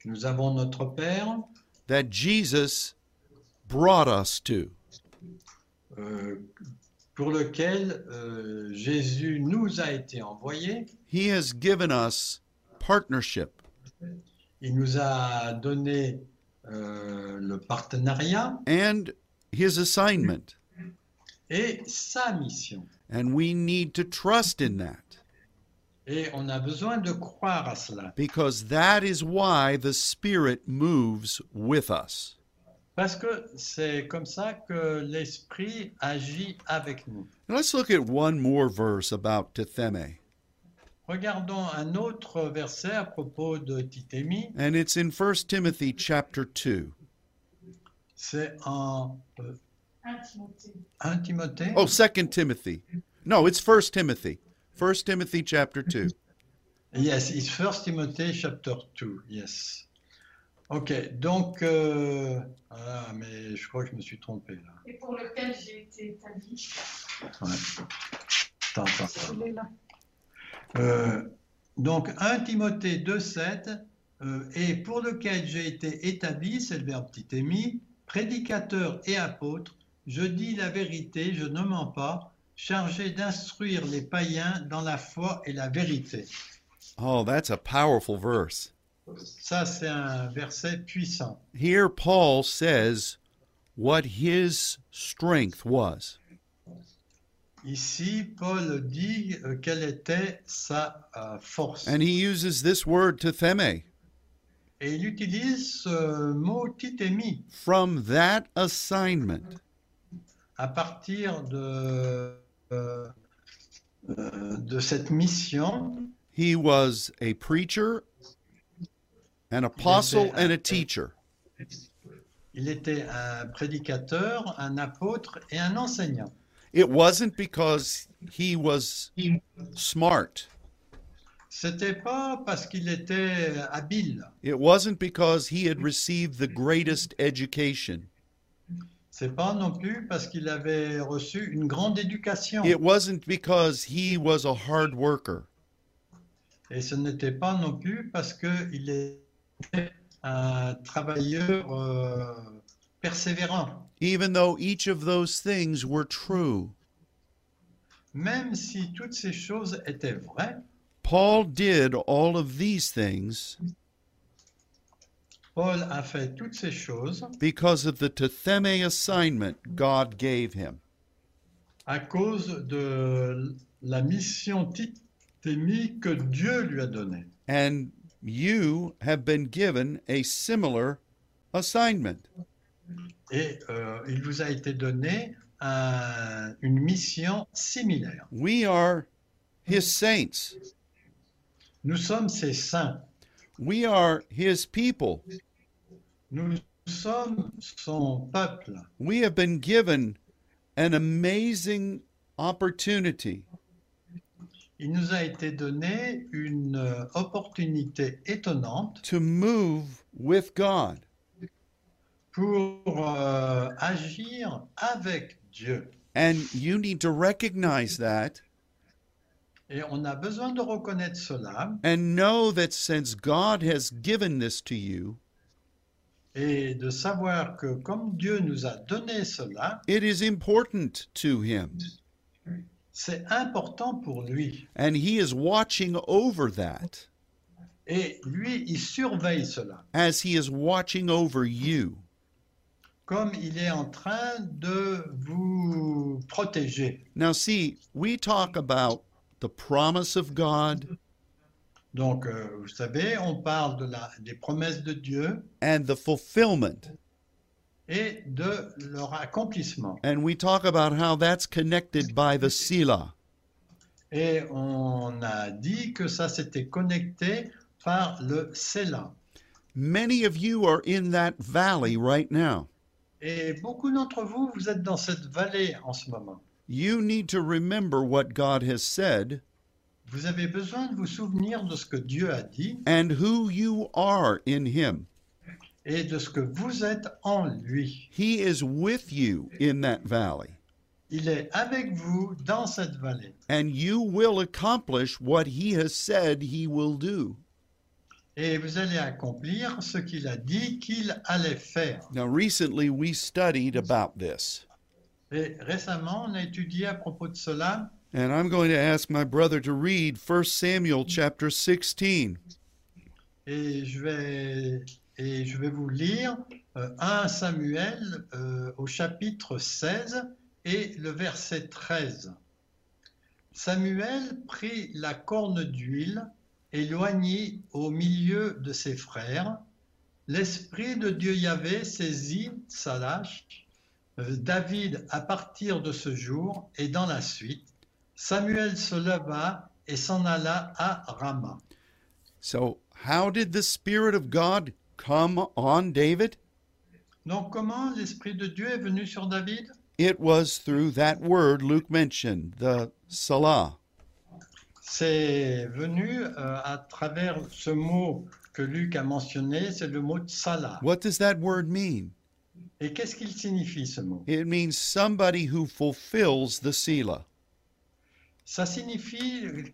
Speaker 2: Nous avons notre Père
Speaker 1: that Jesus brought us to.
Speaker 2: euh, pour lequel euh, Jésus nous a été envoyé.
Speaker 1: He has given us partnership.
Speaker 2: Il nous a donné euh, le partenariat
Speaker 1: and his assignment.
Speaker 2: et sa mission.
Speaker 1: And we need to trust in that
Speaker 2: Et on a besoin de croire à cela.
Speaker 1: because that is why the Spirit moves with us.
Speaker 2: Parce que c'est comme ça que l'Esprit agit avec nous.
Speaker 1: Now let's look at one more verse about Tetheme,
Speaker 2: Regardons un autre verset à propos de Titémie.
Speaker 1: and it's in 1 Timothy chapter 2.
Speaker 2: C'est en euh,
Speaker 3: Intimité.
Speaker 2: 1 Timothée.
Speaker 1: Oh, 2 Timothy. No, it's 1 Timothy. 1 Timothy chapter 2.
Speaker 2: Yes, it's First Timothy chapter 2. Yes. Ok, donc euh, ah, mais je crois que je me suis trompé là.
Speaker 3: Et pour lequel j'ai été établi.
Speaker 2: Attends, attends, attends.
Speaker 3: Il est là.
Speaker 2: Euh, donc 1 Timothée 2,7 euh, et pour lequel j'ai été établi, c'est le verbe titémi, prédicateur et apôtre, je dis la vérité, je ne mens pas, chargé d'instruire les païens dans la foi et la vérité.
Speaker 1: Oh, that's a powerful verse.
Speaker 2: Ça, c'est un verset puissant.
Speaker 1: Here, Paul says what his strength was.
Speaker 2: Ici, Paul dit euh, quelle était sa euh, force.
Speaker 1: And he uses this word, Tetheme.
Speaker 2: Et il utilise ce mot titémi
Speaker 1: from that assignment,
Speaker 2: à partir de, euh, euh, de cette mission.
Speaker 1: he was a preacher, an apostle, and a teacher.
Speaker 2: Il était un prédicateur, un apôtre et un enseignant.
Speaker 1: It wasn't because he was smart,
Speaker 2: C'était pas parce qu'il était habile.
Speaker 1: it wasn't because he had received the greatest education,
Speaker 2: C'est pas non plus parce qu'il avait reçu une grande éducation.
Speaker 1: it wasn't because he was a hard worker.
Speaker 2: Et ce n'était pas non plus parce qu'il était un travailleur euh, persévérant.
Speaker 1: Even though each of those things were true,
Speaker 2: Même si toutes ces choses étaient vraies,
Speaker 1: Paul did all of these things
Speaker 2: Paul a fait toutes ces choses
Speaker 1: because of the Tetheme assignment God gave him.
Speaker 2: à cause de la mission titémique que Dieu lui a donnée.
Speaker 1: and you have been given a similar assignment.
Speaker 2: Et euh, il vous a été donné un- une mission similaire.
Speaker 1: We are his saints.
Speaker 2: Nous sommes ses saints.
Speaker 1: We are his people.
Speaker 2: Nous sommes son peuple.
Speaker 1: We have been given an amazing opportunity
Speaker 2: Il nous a été donné une euh, opportunité étonnante
Speaker 1: to move with God.
Speaker 2: pour euh, agir avec Dieu.
Speaker 1: And you need to recognize that
Speaker 2: Et on a besoin de reconnaître cela
Speaker 1: and know that since God has given this to you,
Speaker 2: et de savoir que comme Dieu nous a donné cela,
Speaker 1: it is important to him.
Speaker 2: c'est important pour lui.
Speaker 1: And he is watching over that
Speaker 2: Et lui, il surveille cela,
Speaker 1: as he is watching over you.
Speaker 2: comme il est en train de vous protéger.
Speaker 1: Now, see, we talk about the promise of God
Speaker 2: Donc, euh, vous savez, on parle de la- des promesses de Dieu
Speaker 1: and the fulfillment,
Speaker 2: et de leur accomplissement.
Speaker 1: and we talk about how that's connected by the Sila.
Speaker 2: Et on a dit que ça s'était connecté par le Séla.
Speaker 1: Many of you are in that valley right now.
Speaker 2: Et beaucoup d'entre vous, vous êtes dans cette vallée en ce moment.
Speaker 1: You need to remember what God has said
Speaker 2: Vous avez besoin de vous souvenir de ce que Dieu a dit
Speaker 1: and who you are in Him.
Speaker 2: et de ce que vous êtes en lui.
Speaker 1: He is with you in that valley,
Speaker 2: Il est avec vous dans cette vallée
Speaker 1: and you will accomplish what He has said He will do.
Speaker 2: et vous allez accomplir ce qu'il a dit qu'il allait faire.
Speaker 1: Now, recently we studied about this,
Speaker 2: Et récemment, on a étudié à propos de cela
Speaker 1: and I'm going to ask my brother to read 1 Samuel chapter 16.
Speaker 2: et je vais, et je vais vous lire euh, 1 Samuel euh, au chapitre 16 et le verset 13. Samuel prit la corne d'huile et l'oignit au milieu de ses frères. L'esprit de Dieu Yahvé saisit Salach, euh, David à partir de ce jour et dans la suite. Samuel se leva et s'en alla à Rama.
Speaker 1: So, how did the Spirit of God come on David?
Speaker 2: Donc comment l'Esprit de Dieu est venu sur David
Speaker 1: It was through that word Luke mentioned, the Salah.
Speaker 2: C'est venu euh, à travers ce mot que Luc a mentionné, c'est le mot tsala.
Speaker 1: What does that word mean?
Speaker 2: Et qu'est-ce qu'il signifie ce mot
Speaker 1: It means somebody who fulfills the Sila.
Speaker 2: Ça signifie,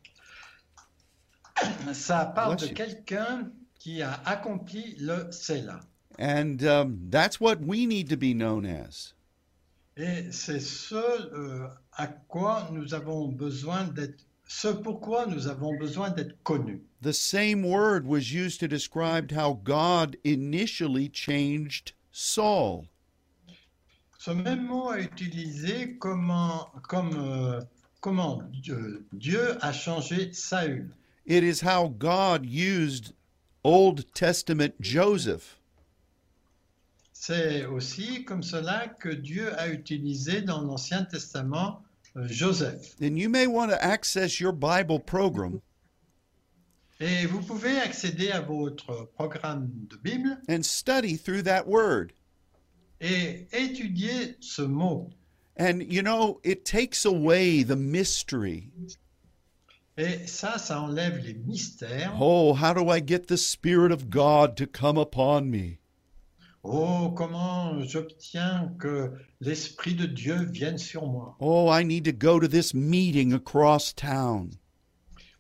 Speaker 2: ça parle de
Speaker 1: Bless you.
Speaker 2: quelqu'un qui a accompli le sela.
Speaker 1: And um, that's what we need to be known as.
Speaker 2: Et c'est ce euh, à quoi nous avons besoin d'être, ce pourquoi nous avons besoin d'être connus.
Speaker 1: The same word was used to describe how God initially changed Saul.
Speaker 2: Ce même mot est utilisé comme, en- comme euh, comment Dieu, Dieu a changé Saül.
Speaker 1: It is how God used Old Testament Joseph.
Speaker 2: C'est aussi comme cela que Dieu a utilisé dans l'Ancien Testament euh, Joseph.
Speaker 1: And you may want to access your Bible program
Speaker 2: Et vous pouvez accéder à votre programme de Bible
Speaker 1: and study through that word.
Speaker 2: et étudier ce mot.
Speaker 1: And you know, it takes away the mystery.
Speaker 2: Et ça, ça enlève les mystères.
Speaker 1: Oh, how do I get the Spirit of God to come upon me?
Speaker 2: Oh, comment j'obtiens que l'Esprit de Dieu vienne sur moi.
Speaker 1: Oh, I need to go to this meeting across town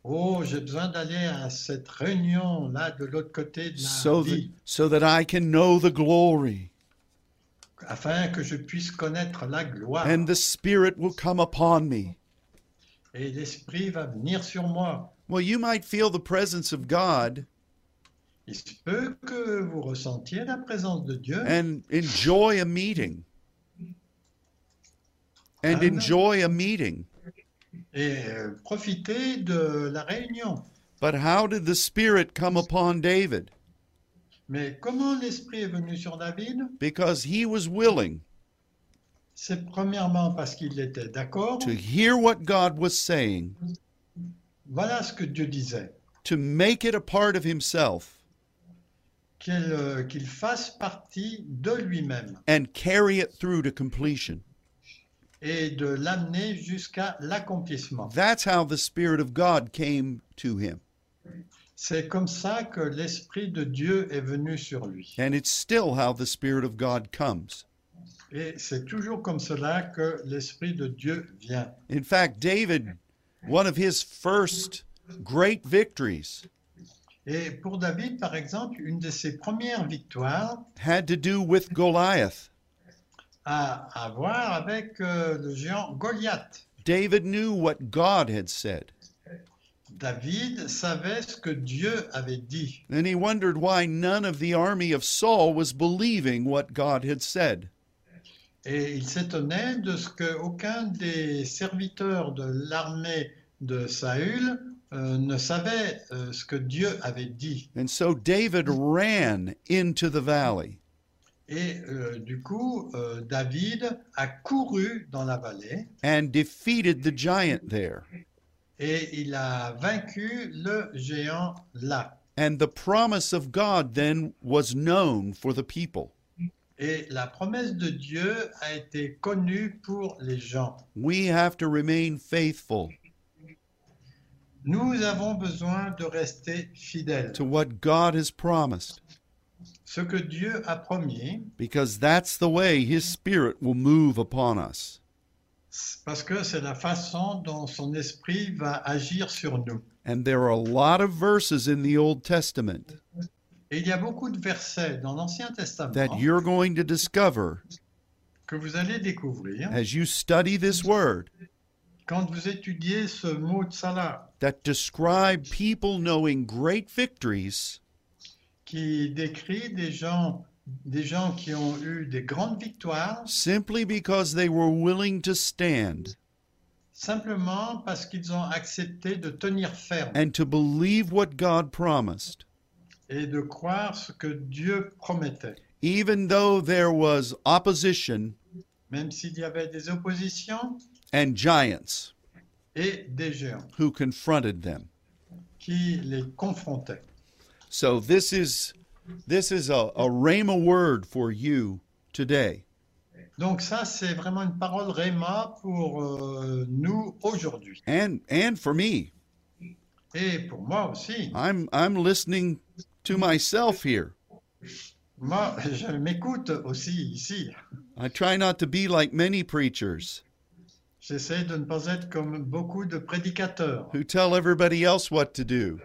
Speaker 2: Oh, j'ai besoin d'aller à cette réunion là de l'autre côté de la
Speaker 1: so that,
Speaker 2: ville
Speaker 1: so that I can know the glory
Speaker 2: afin que je puisse connaître la gloire
Speaker 1: and the Spirit will come upon me.
Speaker 2: et l'esprit va venir sur moi.
Speaker 1: Well, you might feel the presence of God
Speaker 2: Il se peut que vous ressentiez la présence de Dieu
Speaker 1: and enjoy a meeting. And
Speaker 2: Amen.
Speaker 1: enjoy a meeting.
Speaker 2: et euh, profitez de la réunion.
Speaker 1: But how did the Spirit come upon David?
Speaker 2: Mais comment l'Esprit est venu sur David
Speaker 1: Because he was willing
Speaker 2: C'est premièrement parce qu'il était d'accord.
Speaker 1: to hear what God was saying,
Speaker 2: Voilà ce que Dieu disait,
Speaker 1: to make it a part of himself,
Speaker 2: qu'il euh, qu'il fasse partie de lui-même
Speaker 1: and carry it through to completion.
Speaker 2: et de l'amener jusqu'à l'accomplissement.
Speaker 1: That's how the Spirit of God came to him.
Speaker 2: C'est comme ça que l'Esprit de Dieu est venu sur lui.
Speaker 1: And it's still how the Spirit of God comes.
Speaker 2: Et c'est toujours comme cela que l'Esprit de Dieu vient.
Speaker 1: In fact, David, one of his first great victories
Speaker 2: Et pour David, par exemple, une de ses premières victoires
Speaker 1: had to do with Goliath.
Speaker 2: a à voir avec euh, le géant Goliath.
Speaker 1: David knew what God had said,
Speaker 2: David savait ce que Dieu avait dit.
Speaker 1: and he wondered why none of the army of Saul was believing what God had said.
Speaker 2: Et il s'étonnait de ce qu'aucun des serviteurs de l'armée de Saül euh, ne savait euh, ce que Dieu avait dit.
Speaker 1: And so David ran into the valley,
Speaker 2: Et euh, du coup, euh, David a couru dans la vallée
Speaker 1: and defeated the giant there.
Speaker 2: et il a vaincu le géant là.
Speaker 1: And the promise of God then was known for the people.
Speaker 2: Et la promesse de Dieu a été connue pour les gens.
Speaker 1: We have to remain faithful
Speaker 2: Nous avons besoin de rester fidèles.
Speaker 1: to what God has promised
Speaker 2: Ce que Dieu a promis,
Speaker 1: because that's the way His Spirit will move upon us.
Speaker 2: parce que c'est la façon dont son esprit va agir sur nous.
Speaker 1: And there are a lot of verses in the Old Testament
Speaker 2: Et il y a beaucoup de versets dans l'Ancien
Speaker 1: that
Speaker 2: Testament
Speaker 1: you're going to discover
Speaker 2: que vous allez découvrir
Speaker 1: as you study this word
Speaker 2: quand vous étudiez ce mot de Salah
Speaker 1: that describe people knowing great victories
Speaker 2: qui décrit des gens, des gens qui ont eu des grandes victoires
Speaker 1: simply because they were willing to stand
Speaker 2: simplement parce qu'ils ont accepté de tenir ferme
Speaker 1: and to believe what God promised,
Speaker 2: et de croire ce que Dieu promettait.
Speaker 1: even though there was opposition
Speaker 2: Même s'il y avait des oppositions
Speaker 1: and giants
Speaker 2: et des géants
Speaker 1: who confronted them.
Speaker 2: qui les confrontaient.
Speaker 1: So this is this is a, a rhema word for you today.
Speaker 2: Donc ça, c'est vraiment une parole Réma pour euh, nous aujourd'hui.
Speaker 1: And and for me.
Speaker 2: Et pour moi aussi.
Speaker 1: I'm I'm listening to myself here.
Speaker 2: Moi, je m'écoute aussi ici.
Speaker 1: I try not to be like many preachers
Speaker 2: J'essaie de ne pas être comme beaucoup de prédicateurs
Speaker 1: who tell everybody else what to do,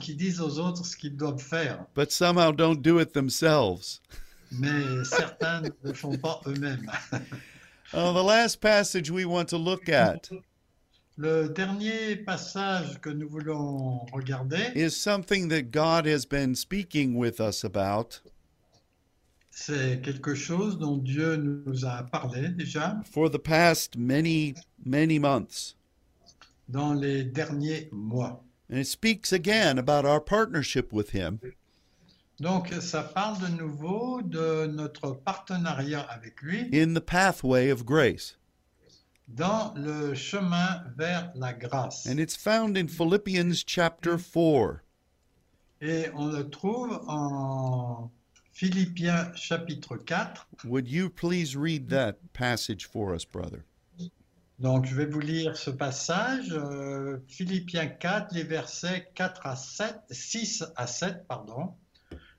Speaker 2: qui disent aux autres ce qu'ils doivent faire,
Speaker 1: but somehow don't do it themselves.
Speaker 2: mais certains ne le font pas eux-mêmes.
Speaker 1: Uh, the last passage we want to look at
Speaker 2: Le dernier passage que nous voulons regarder,
Speaker 1: is something that God has been speaking with us about
Speaker 2: c'est quelque chose dont Dieu nous a parlé déjà
Speaker 1: for the past many, many months.
Speaker 2: dans les derniers mois.
Speaker 1: And it speaks again about our partnership with Him
Speaker 2: Donc, ça parle de nouveau de notre partenariat avec lui
Speaker 1: in the pathway of grace.
Speaker 2: dans le chemin vers la grâce.
Speaker 1: And it's found in Philippians chapter 4.
Speaker 2: Et on le trouve en Philippiens chapitre 4.
Speaker 1: Would you please read that passage for us, brother?
Speaker 2: Donc, je vais vous lire ce passage. euh, Philippiens 4, les versets 4 à 7, 6 à 7, pardon.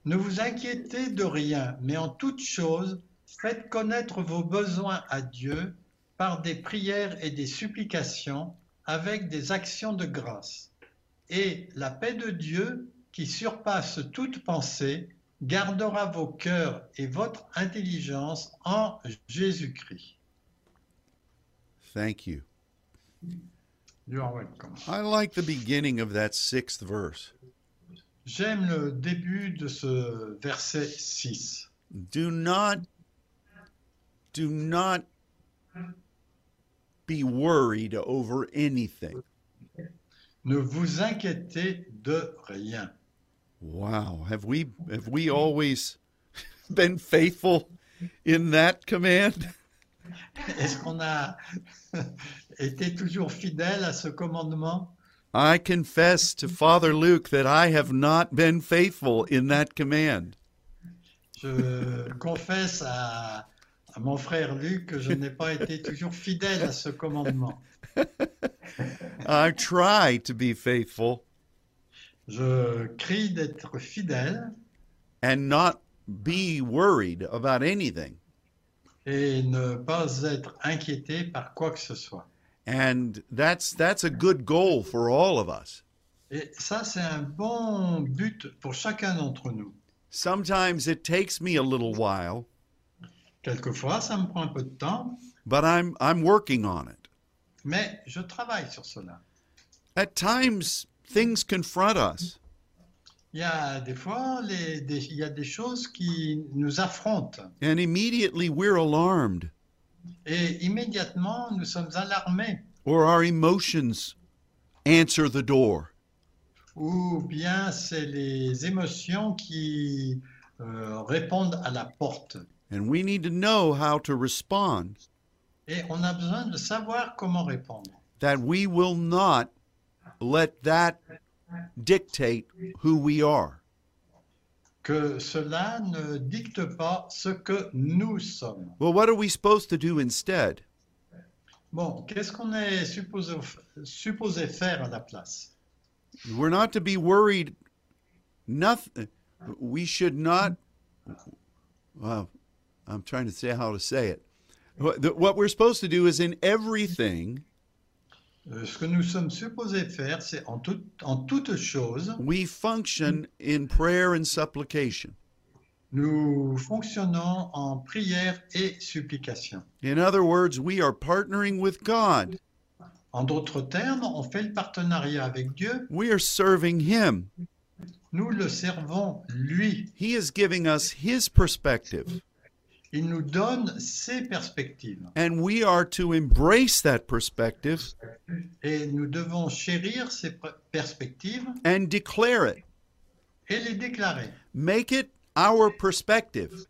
Speaker 2: Ne vous inquiétez de rien, mais en toute chose, faites connaître vos besoins à Dieu par des prières et des supplications avec des actions de grâce. Et la paix de Dieu, qui surpasse toute pensée, gardera vos cœurs et votre intelligence en Jésus-Christ.
Speaker 1: Thank you.
Speaker 2: You are welcome.
Speaker 1: I like the beginning of that sixth verse.
Speaker 2: J'aime le début de ce verset 6.
Speaker 1: Do not, do not be worried over anything,
Speaker 2: Ne vous inquiétez de rien,
Speaker 1: Wow, have we have we always been faithful in that command?
Speaker 2: Est-ce qu'on a été toujours fidèle à ce commandement
Speaker 1: I confess to Father Luke that I have not been faithful in that command.
Speaker 2: Je confesse à, à mon frère Luc que je n'ai pas été toujours fidèle à ce commandement.
Speaker 1: I try to be faithful
Speaker 2: Je crie d'être fidèle
Speaker 1: and not be worried about anything.
Speaker 2: et ne pas être inquiété par quoi que ce soit.
Speaker 1: And that's that's a good goal for all of us.
Speaker 2: Et ça, c'est un bon but pour chacun d'entre nous.
Speaker 1: Sometimes it takes me a little while,
Speaker 2: Quelquefois, ça me prend un peu de temps,
Speaker 1: but I'm I'm working on it.
Speaker 2: mais je travaille sur cela.
Speaker 1: At times things confront us
Speaker 2: Il y a des fois, les- des- il y a des choses qui nous affrontent
Speaker 1: and immediately we're alarmed
Speaker 2: et immédiatement, nous sommes alarmés
Speaker 1: or our emotions answer the door.
Speaker 2: ou bien c'est les émotions qui euh, répondent à la porte.
Speaker 1: And we need to know how to respond
Speaker 2: Et on a besoin de savoir comment répondre.
Speaker 1: that we will not let that dictate who we are.
Speaker 2: que cela ne dicte pas ce que nous sommes.
Speaker 1: Well, what are we supposed to do instead?
Speaker 2: Bon, qu'est-ce qu'on est supposé, supposé faire à la place
Speaker 1: We're not to be worried. Nothing. We should not. Well, I'm trying to say how to say it. What the- what we're supposed to do is in everything,
Speaker 2: Euh, Ce que nous sommes supposés faire, c'est en, tout, en toute chose,
Speaker 1: we function in prayer and supplication.
Speaker 2: nous fonctionnons en prière et supplication.
Speaker 1: In other words, we are partnering with God.
Speaker 2: En d'autres termes, on fait le partenariat avec Dieu,
Speaker 1: We are serving Him.
Speaker 2: nous le servons lui,
Speaker 1: He is giving us His perspective,
Speaker 2: il nous donne ses perspectives
Speaker 1: and we are to embrace that perspective
Speaker 2: et nous devons chérir ces pr- perspectives
Speaker 1: and declare it.
Speaker 2: et les déclarer.
Speaker 1: Make it our perspective.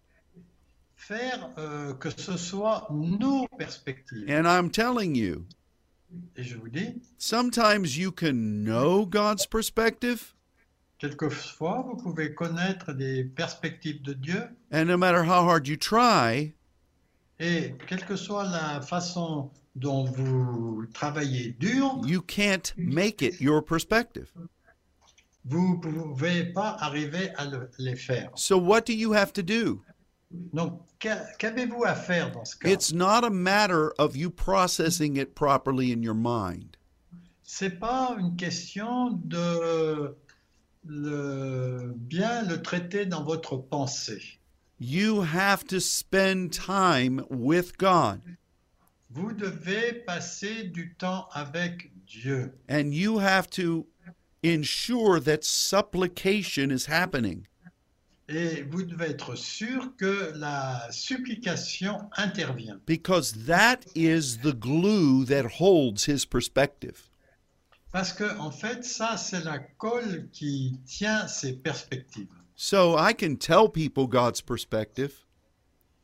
Speaker 2: faire euh, que ce soit nos perspectives.
Speaker 1: And I'm telling you,
Speaker 2: Et je vous dis,
Speaker 1: sometimes you can know God's perspective,
Speaker 2: quelquefois, vous pouvez connaître des perspectives de Dieu,
Speaker 1: and no matter how hard you try,
Speaker 2: et quelle que soit la façon dont vous travaillez dur,
Speaker 1: you can't make it your perspective.
Speaker 2: vous ne pouvez pas arriver à le- les faire.
Speaker 1: So, what do you have to do?
Speaker 2: Donc, qu'a- qu'avez-vous à faire dans ce cas
Speaker 1: It's not a matter of you processing it properly in your mind.
Speaker 2: C'est pas une question de le- bien le traiter dans votre pensée.
Speaker 1: You have to spend time with God,
Speaker 2: Vous devez passer du temps avec Dieu.
Speaker 1: and you have to ensure that supplication is happening.
Speaker 2: Et vous devez être sûr que la supplication intervient,
Speaker 1: Because that is the glue that holds his perspective.
Speaker 2: parce que en fait, ça, c'est la colle qui tient ses perspectives.
Speaker 1: So I can tell people God's perspective,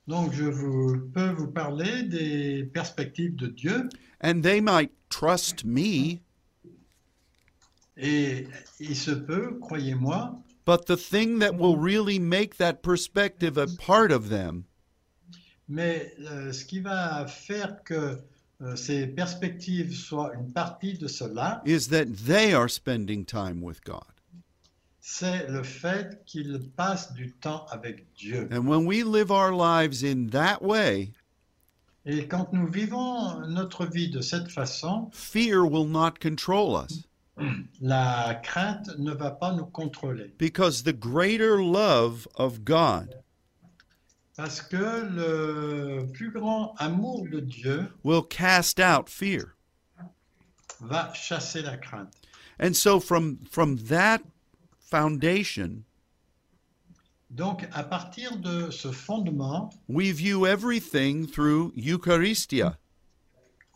Speaker 2: Donc, je vous, peux vous parler des perspectives de Dieu,
Speaker 1: and they might trust me,
Speaker 2: et il se peut, croyez-moi,
Speaker 1: but the thing that will really make that perspective a part of them
Speaker 2: mais euh, ce qui va faire que euh, ces perspectives soient une partie de cela,
Speaker 1: is that they are spending time with God.
Speaker 2: c'est le fait qu'ils passent du temps avec Dieu.
Speaker 1: And when we live our lives in that way,
Speaker 2: Et quand nous vivons notre vie de cette façon,
Speaker 1: fear will not control us
Speaker 2: La crainte ne va pas nous contrôler
Speaker 1: because the greater love of God
Speaker 2: parce que le plus grand amour de Dieu
Speaker 1: will cast out fear.
Speaker 2: va chasser la crainte.
Speaker 1: And so from from that foundation,
Speaker 2: Donc à partir de ce fondement,
Speaker 1: we view everything through Eucharistia.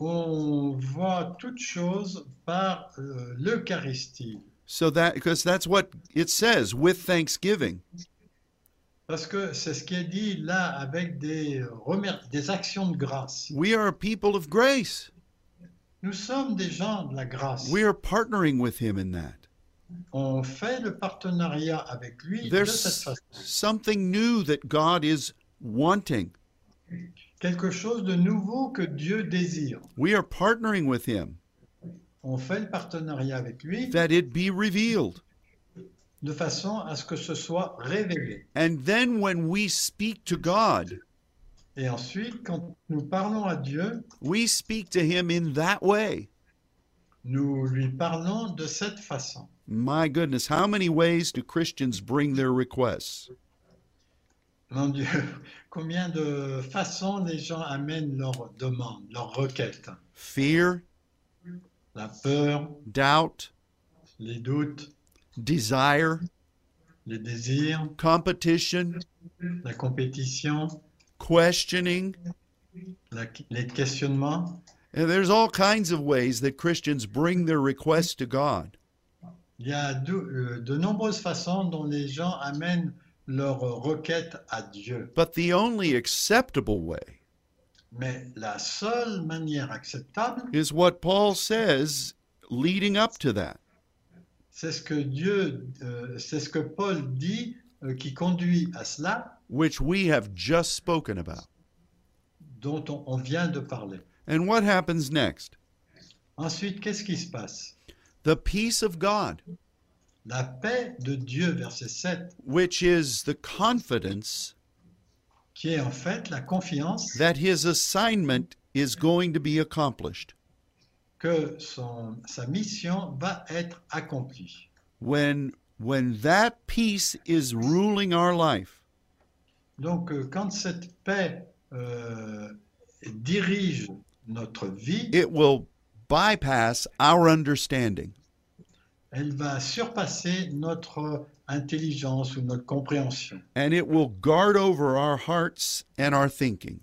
Speaker 2: on voit toute chose par euh, l'Eucharistie.
Speaker 1: So that because that's what it says with thanksgiving.
Speaker 2: Parce que c'est ce qui est dit là avec des, remer- des actions de grâce.
Speaker 1: We are a people of grace.
Speaker 2: Nous sommes des gens de la grâce.
Speaker 1: We are partnering with him in that.
Speaker 2: On fait le partenariat avec lui de cette
Speaker 1: There's
Speaker 2: façon.
Speaker 1: something new that God is wanting.
Speaker 2: Quelque chose de nouveau que Dieu désire.
Speaker 1: We are partnering with him
Speaker 2: On fait le partenariat avec lui
Speaker 1: that it be revealed.
Speaker 2: de façon à ce que ce soit révélé.
Speaker 1: And then when we speak to God,
Speaker 2: Et ensuite, quand nous parlons à Dieu,
Speaker 1: we speak to him in that way.
Speaker 2: nous lui parlons de cette façon.
Speaker 1: My goodness, how many ways do Christians bring their requests?
Speaker 2: Mon Dieu, combien de façons les gens amènent leurs demandes, leurs requêtes.
Speaker 1: Fear,
Speaker 2: La peur,
Speaker 1: doubt,
Speaker 2: les doutes,
Speaker 1: desire,
Speaker 2: les désirs,
Speaker 1: competition,
Speaker 2: la compétition,
Speaker 1: questioning.
Speaker 2: la- les questionnements.
Speaker 1: And there's all kinds of ways that Christians bring their requests to God.
Speaker 2: Il y a de, euh, de nombreuses façons dont les gens amènent leurs requêtes à Dieu.
Speaker 1: But the only acceptable way
Speaker 2: Mais la seule manière acceptable,
Speaker 1: is what Paul says leading up to that.
Speaker 2: c'est ce que Dieu, euh, c'est ce que Paul dit euh, qui conduit à cela
Speaker 1: which we have just spoken about.
Speaker 2: dont on, on vient de parler.
Speaker 1: And what happens next?
Speaker 2: Ensuite, qu'est-ce qui se passe
Speaker 1: The peace of God,
Speaker 2: La paix de Dieu, verset 7,
Speaker 1: which is the confidence
Speaker 2: qui est en fait la confiance
Speaker 1: that his assignment is going to be accomplished.
Speaker 2: que son, sa mission va être accomplie.
Speaker 1: When when that peace is ruling our life,
Speaker 2: Donc, euh, quand cette paix euh, dirige notre vie,
Speaker 1: it will bypass our understanding.
Speaker 2: elle va surpasser notre intelligence ou notre compréhension.
Speaker 1: And it will guard over our hearts and our thinking.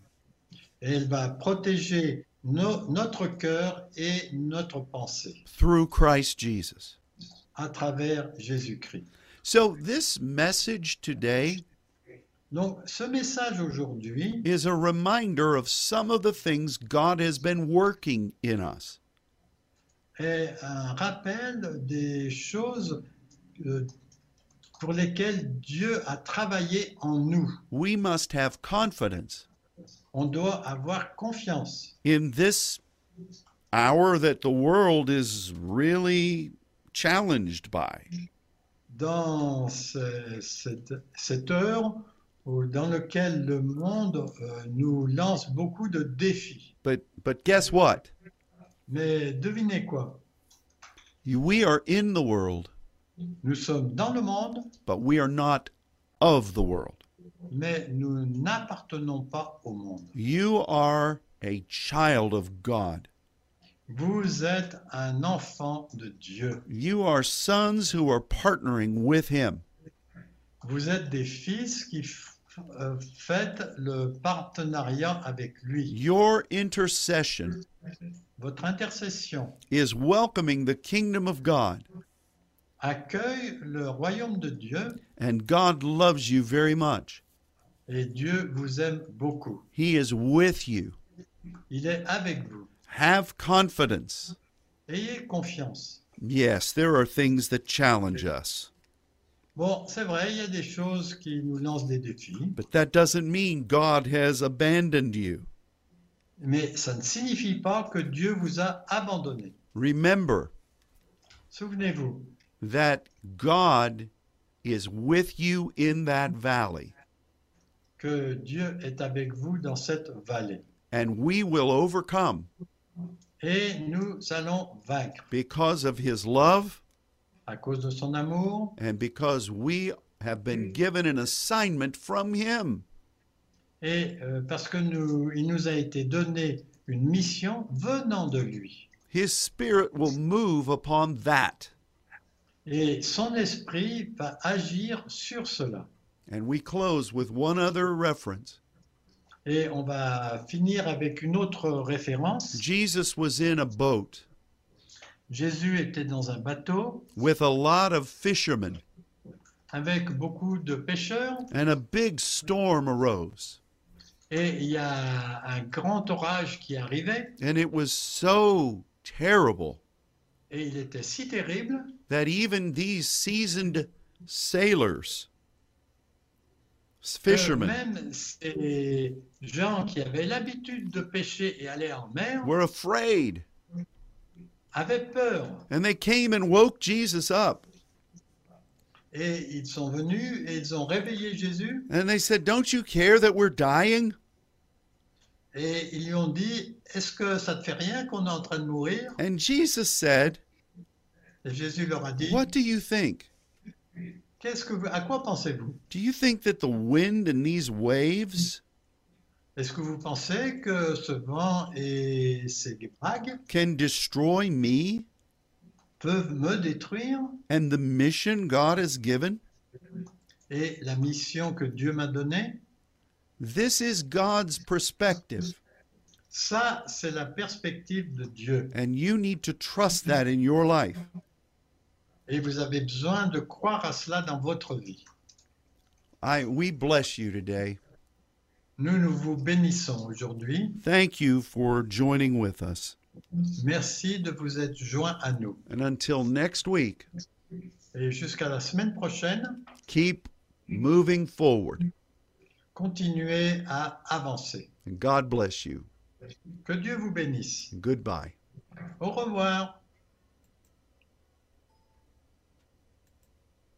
Speaker 2: Et elle va protéger no- notre cœur et notre pensée
Speaker 1: through Christ Jesus.
Speaker 2: à travers Jésus-Christ.
Speaker 1: So, this message today
Speaker 2: Donc, ce message aujourd'hui
Speaker 1: is a reminder of some of the things God has been working in us.
Speaker 2: est un rappel des choses euh, pour lesquelles Dieu a travaillé en nous.
Speaker 1: We must have confidence
Speaker 2: On doit avoir confiance
Speaker 1: in this hour that the world is really challenged by.
Speaker 2: dans ce- cette, cette heure où- dans laquelle le monde euh, nous lance beaucoup de défis.
Speaker 1: But but guess what?
Speaker 2: Mais devinez quoi
Speaker 1: We are in the world,
Speaker 2: Nous sommes dans le monde,
Speaker 1: but we are not of the world.
Speaker 2: mais nous n'appartenons pas au monde.
Speaker 1: You are a child of God.
Speaker 2: Vous êtes un enfant de Dieu.
Speaker 1: You are sons who are partnering with him.
Speaker 2: Vous êtes des fils qui f- euh, faites le partenariat avec lui.
Speaker 1: Your intercession
Speaker 2: Votre intercession
Speaker 1: is welcoming the kingdom of God.
Speaker 2: accueille le royaume de Dieu
Speaker 1: And God loves you very much.
Speaker 2: et Dieu vous aime beaucoup.
Speaker 1: He is with you.
Speaker 2: Il est avec vous.
Speaker 1: Have confidence.
Speaker 2: Ayez confiance.
Speaker 1: Yes, there are things that challenge us,
Speaker 2: Bon, c'est vrai, il y a des choses qui nous lancent des défis,
Speaker 1: but that doesn't mean God has abandoned you.
Speaker 2: mais ça ne signifie pas que Dieu vous a abandonné.
Speaker 1: Remember
Speaker 2: Souvenez-vous
Speaker 1: that God is with you in that valley,
Speaker 2: que Dieu est avec vous dans cette vallée
Speaker 1: and we will overcome
Speaker 2: et nous allons vaincre
Speaker 1: because of his love
Speaker 2: à cause de son amour,
Speaker 1: and because we have been given an assignment from him.
Speaker 2: Et euh, parce que nous, il nous a été donné une mission venant de lui.
Speaker 1: His spirit will move upon that,
Speaker 2: Et son esprit va agir sur cela.
Speaker 1: and we close with one other reference.
Speaker 2: Et on va finir avec une autre référence.
Speaker 1: Jesus was in a boat
Speaker 2: Jésus était dans un bateau
Speaker 1: with a lot of fishermen,
Speaker 2: avec beaucoup de pêcheurs
Speaker 1: and a big storm arose.
Speaker 2: et il y a un grand orage qui arrivait
Speaker 1: And it was so terrible
Speaker 2: et il était si terrible
Speaker 1: that even these seasoned sailors, s-
Speaker 2: que
Speaker 1: fishermen,
Speaker 2: même ces gens qui avaient l'habitude de pêcher et aller en mer
Speaker 1: were afraid.
Speaker 2: avaient peur
Speaker 1: And they came and woke Jesus up.
Speaker 2: et ils sont venus et ils ont réveillé Jésus
Speaker 1: And they said, Don't you care that we're dying?
Speaker 2: et ils lui ont dit est-ce que ça te fait rien qu'on est en train de mourir
Speaker 1: And Jesus said,
Speaker 2: et Jésus leur a dit
Speaker 1: What do you think?
Speaker 2: qu'est-ce que vous- à quoi pensez-vous
Speaker 1: Do you think that the wind and these waves
Speaker 2: est-ce que vous pensez que ce vent et ces vagues
Speaker 1: can destroy me
Speaker 2: peuvent me détruire
Speaker 1: and the mission God has given?
Speaker 2: et la mission que Dieu m'a donnée
Speaker 1: This is God's perspective,
Speaker 2: ça c'est la perspective de Dieu
Speaker 1: and you need to trust that in your life.
Speaker 2: et vous avez besoin de croire à cela dans votre vie
Speaker 1: I we bless you today.
Speaker 2: nous nous vous bénissons aujourd'hui
Speaker 1: Thank you for joining with us.
Speaker 2: Merci de vous être joints à nous.
Speaker 1: And until next week,
Speaker 2: Et jusqu'à la semaine prochaine,
Speaker 1: keep moving forward.
Speaker 2: continuez à avancer.
Speaker 1: And God bless you.
Speaker 2: Que Dieu vous bénisse.
Speaker 1: Goodbye.
Speaker 2: Au revoir.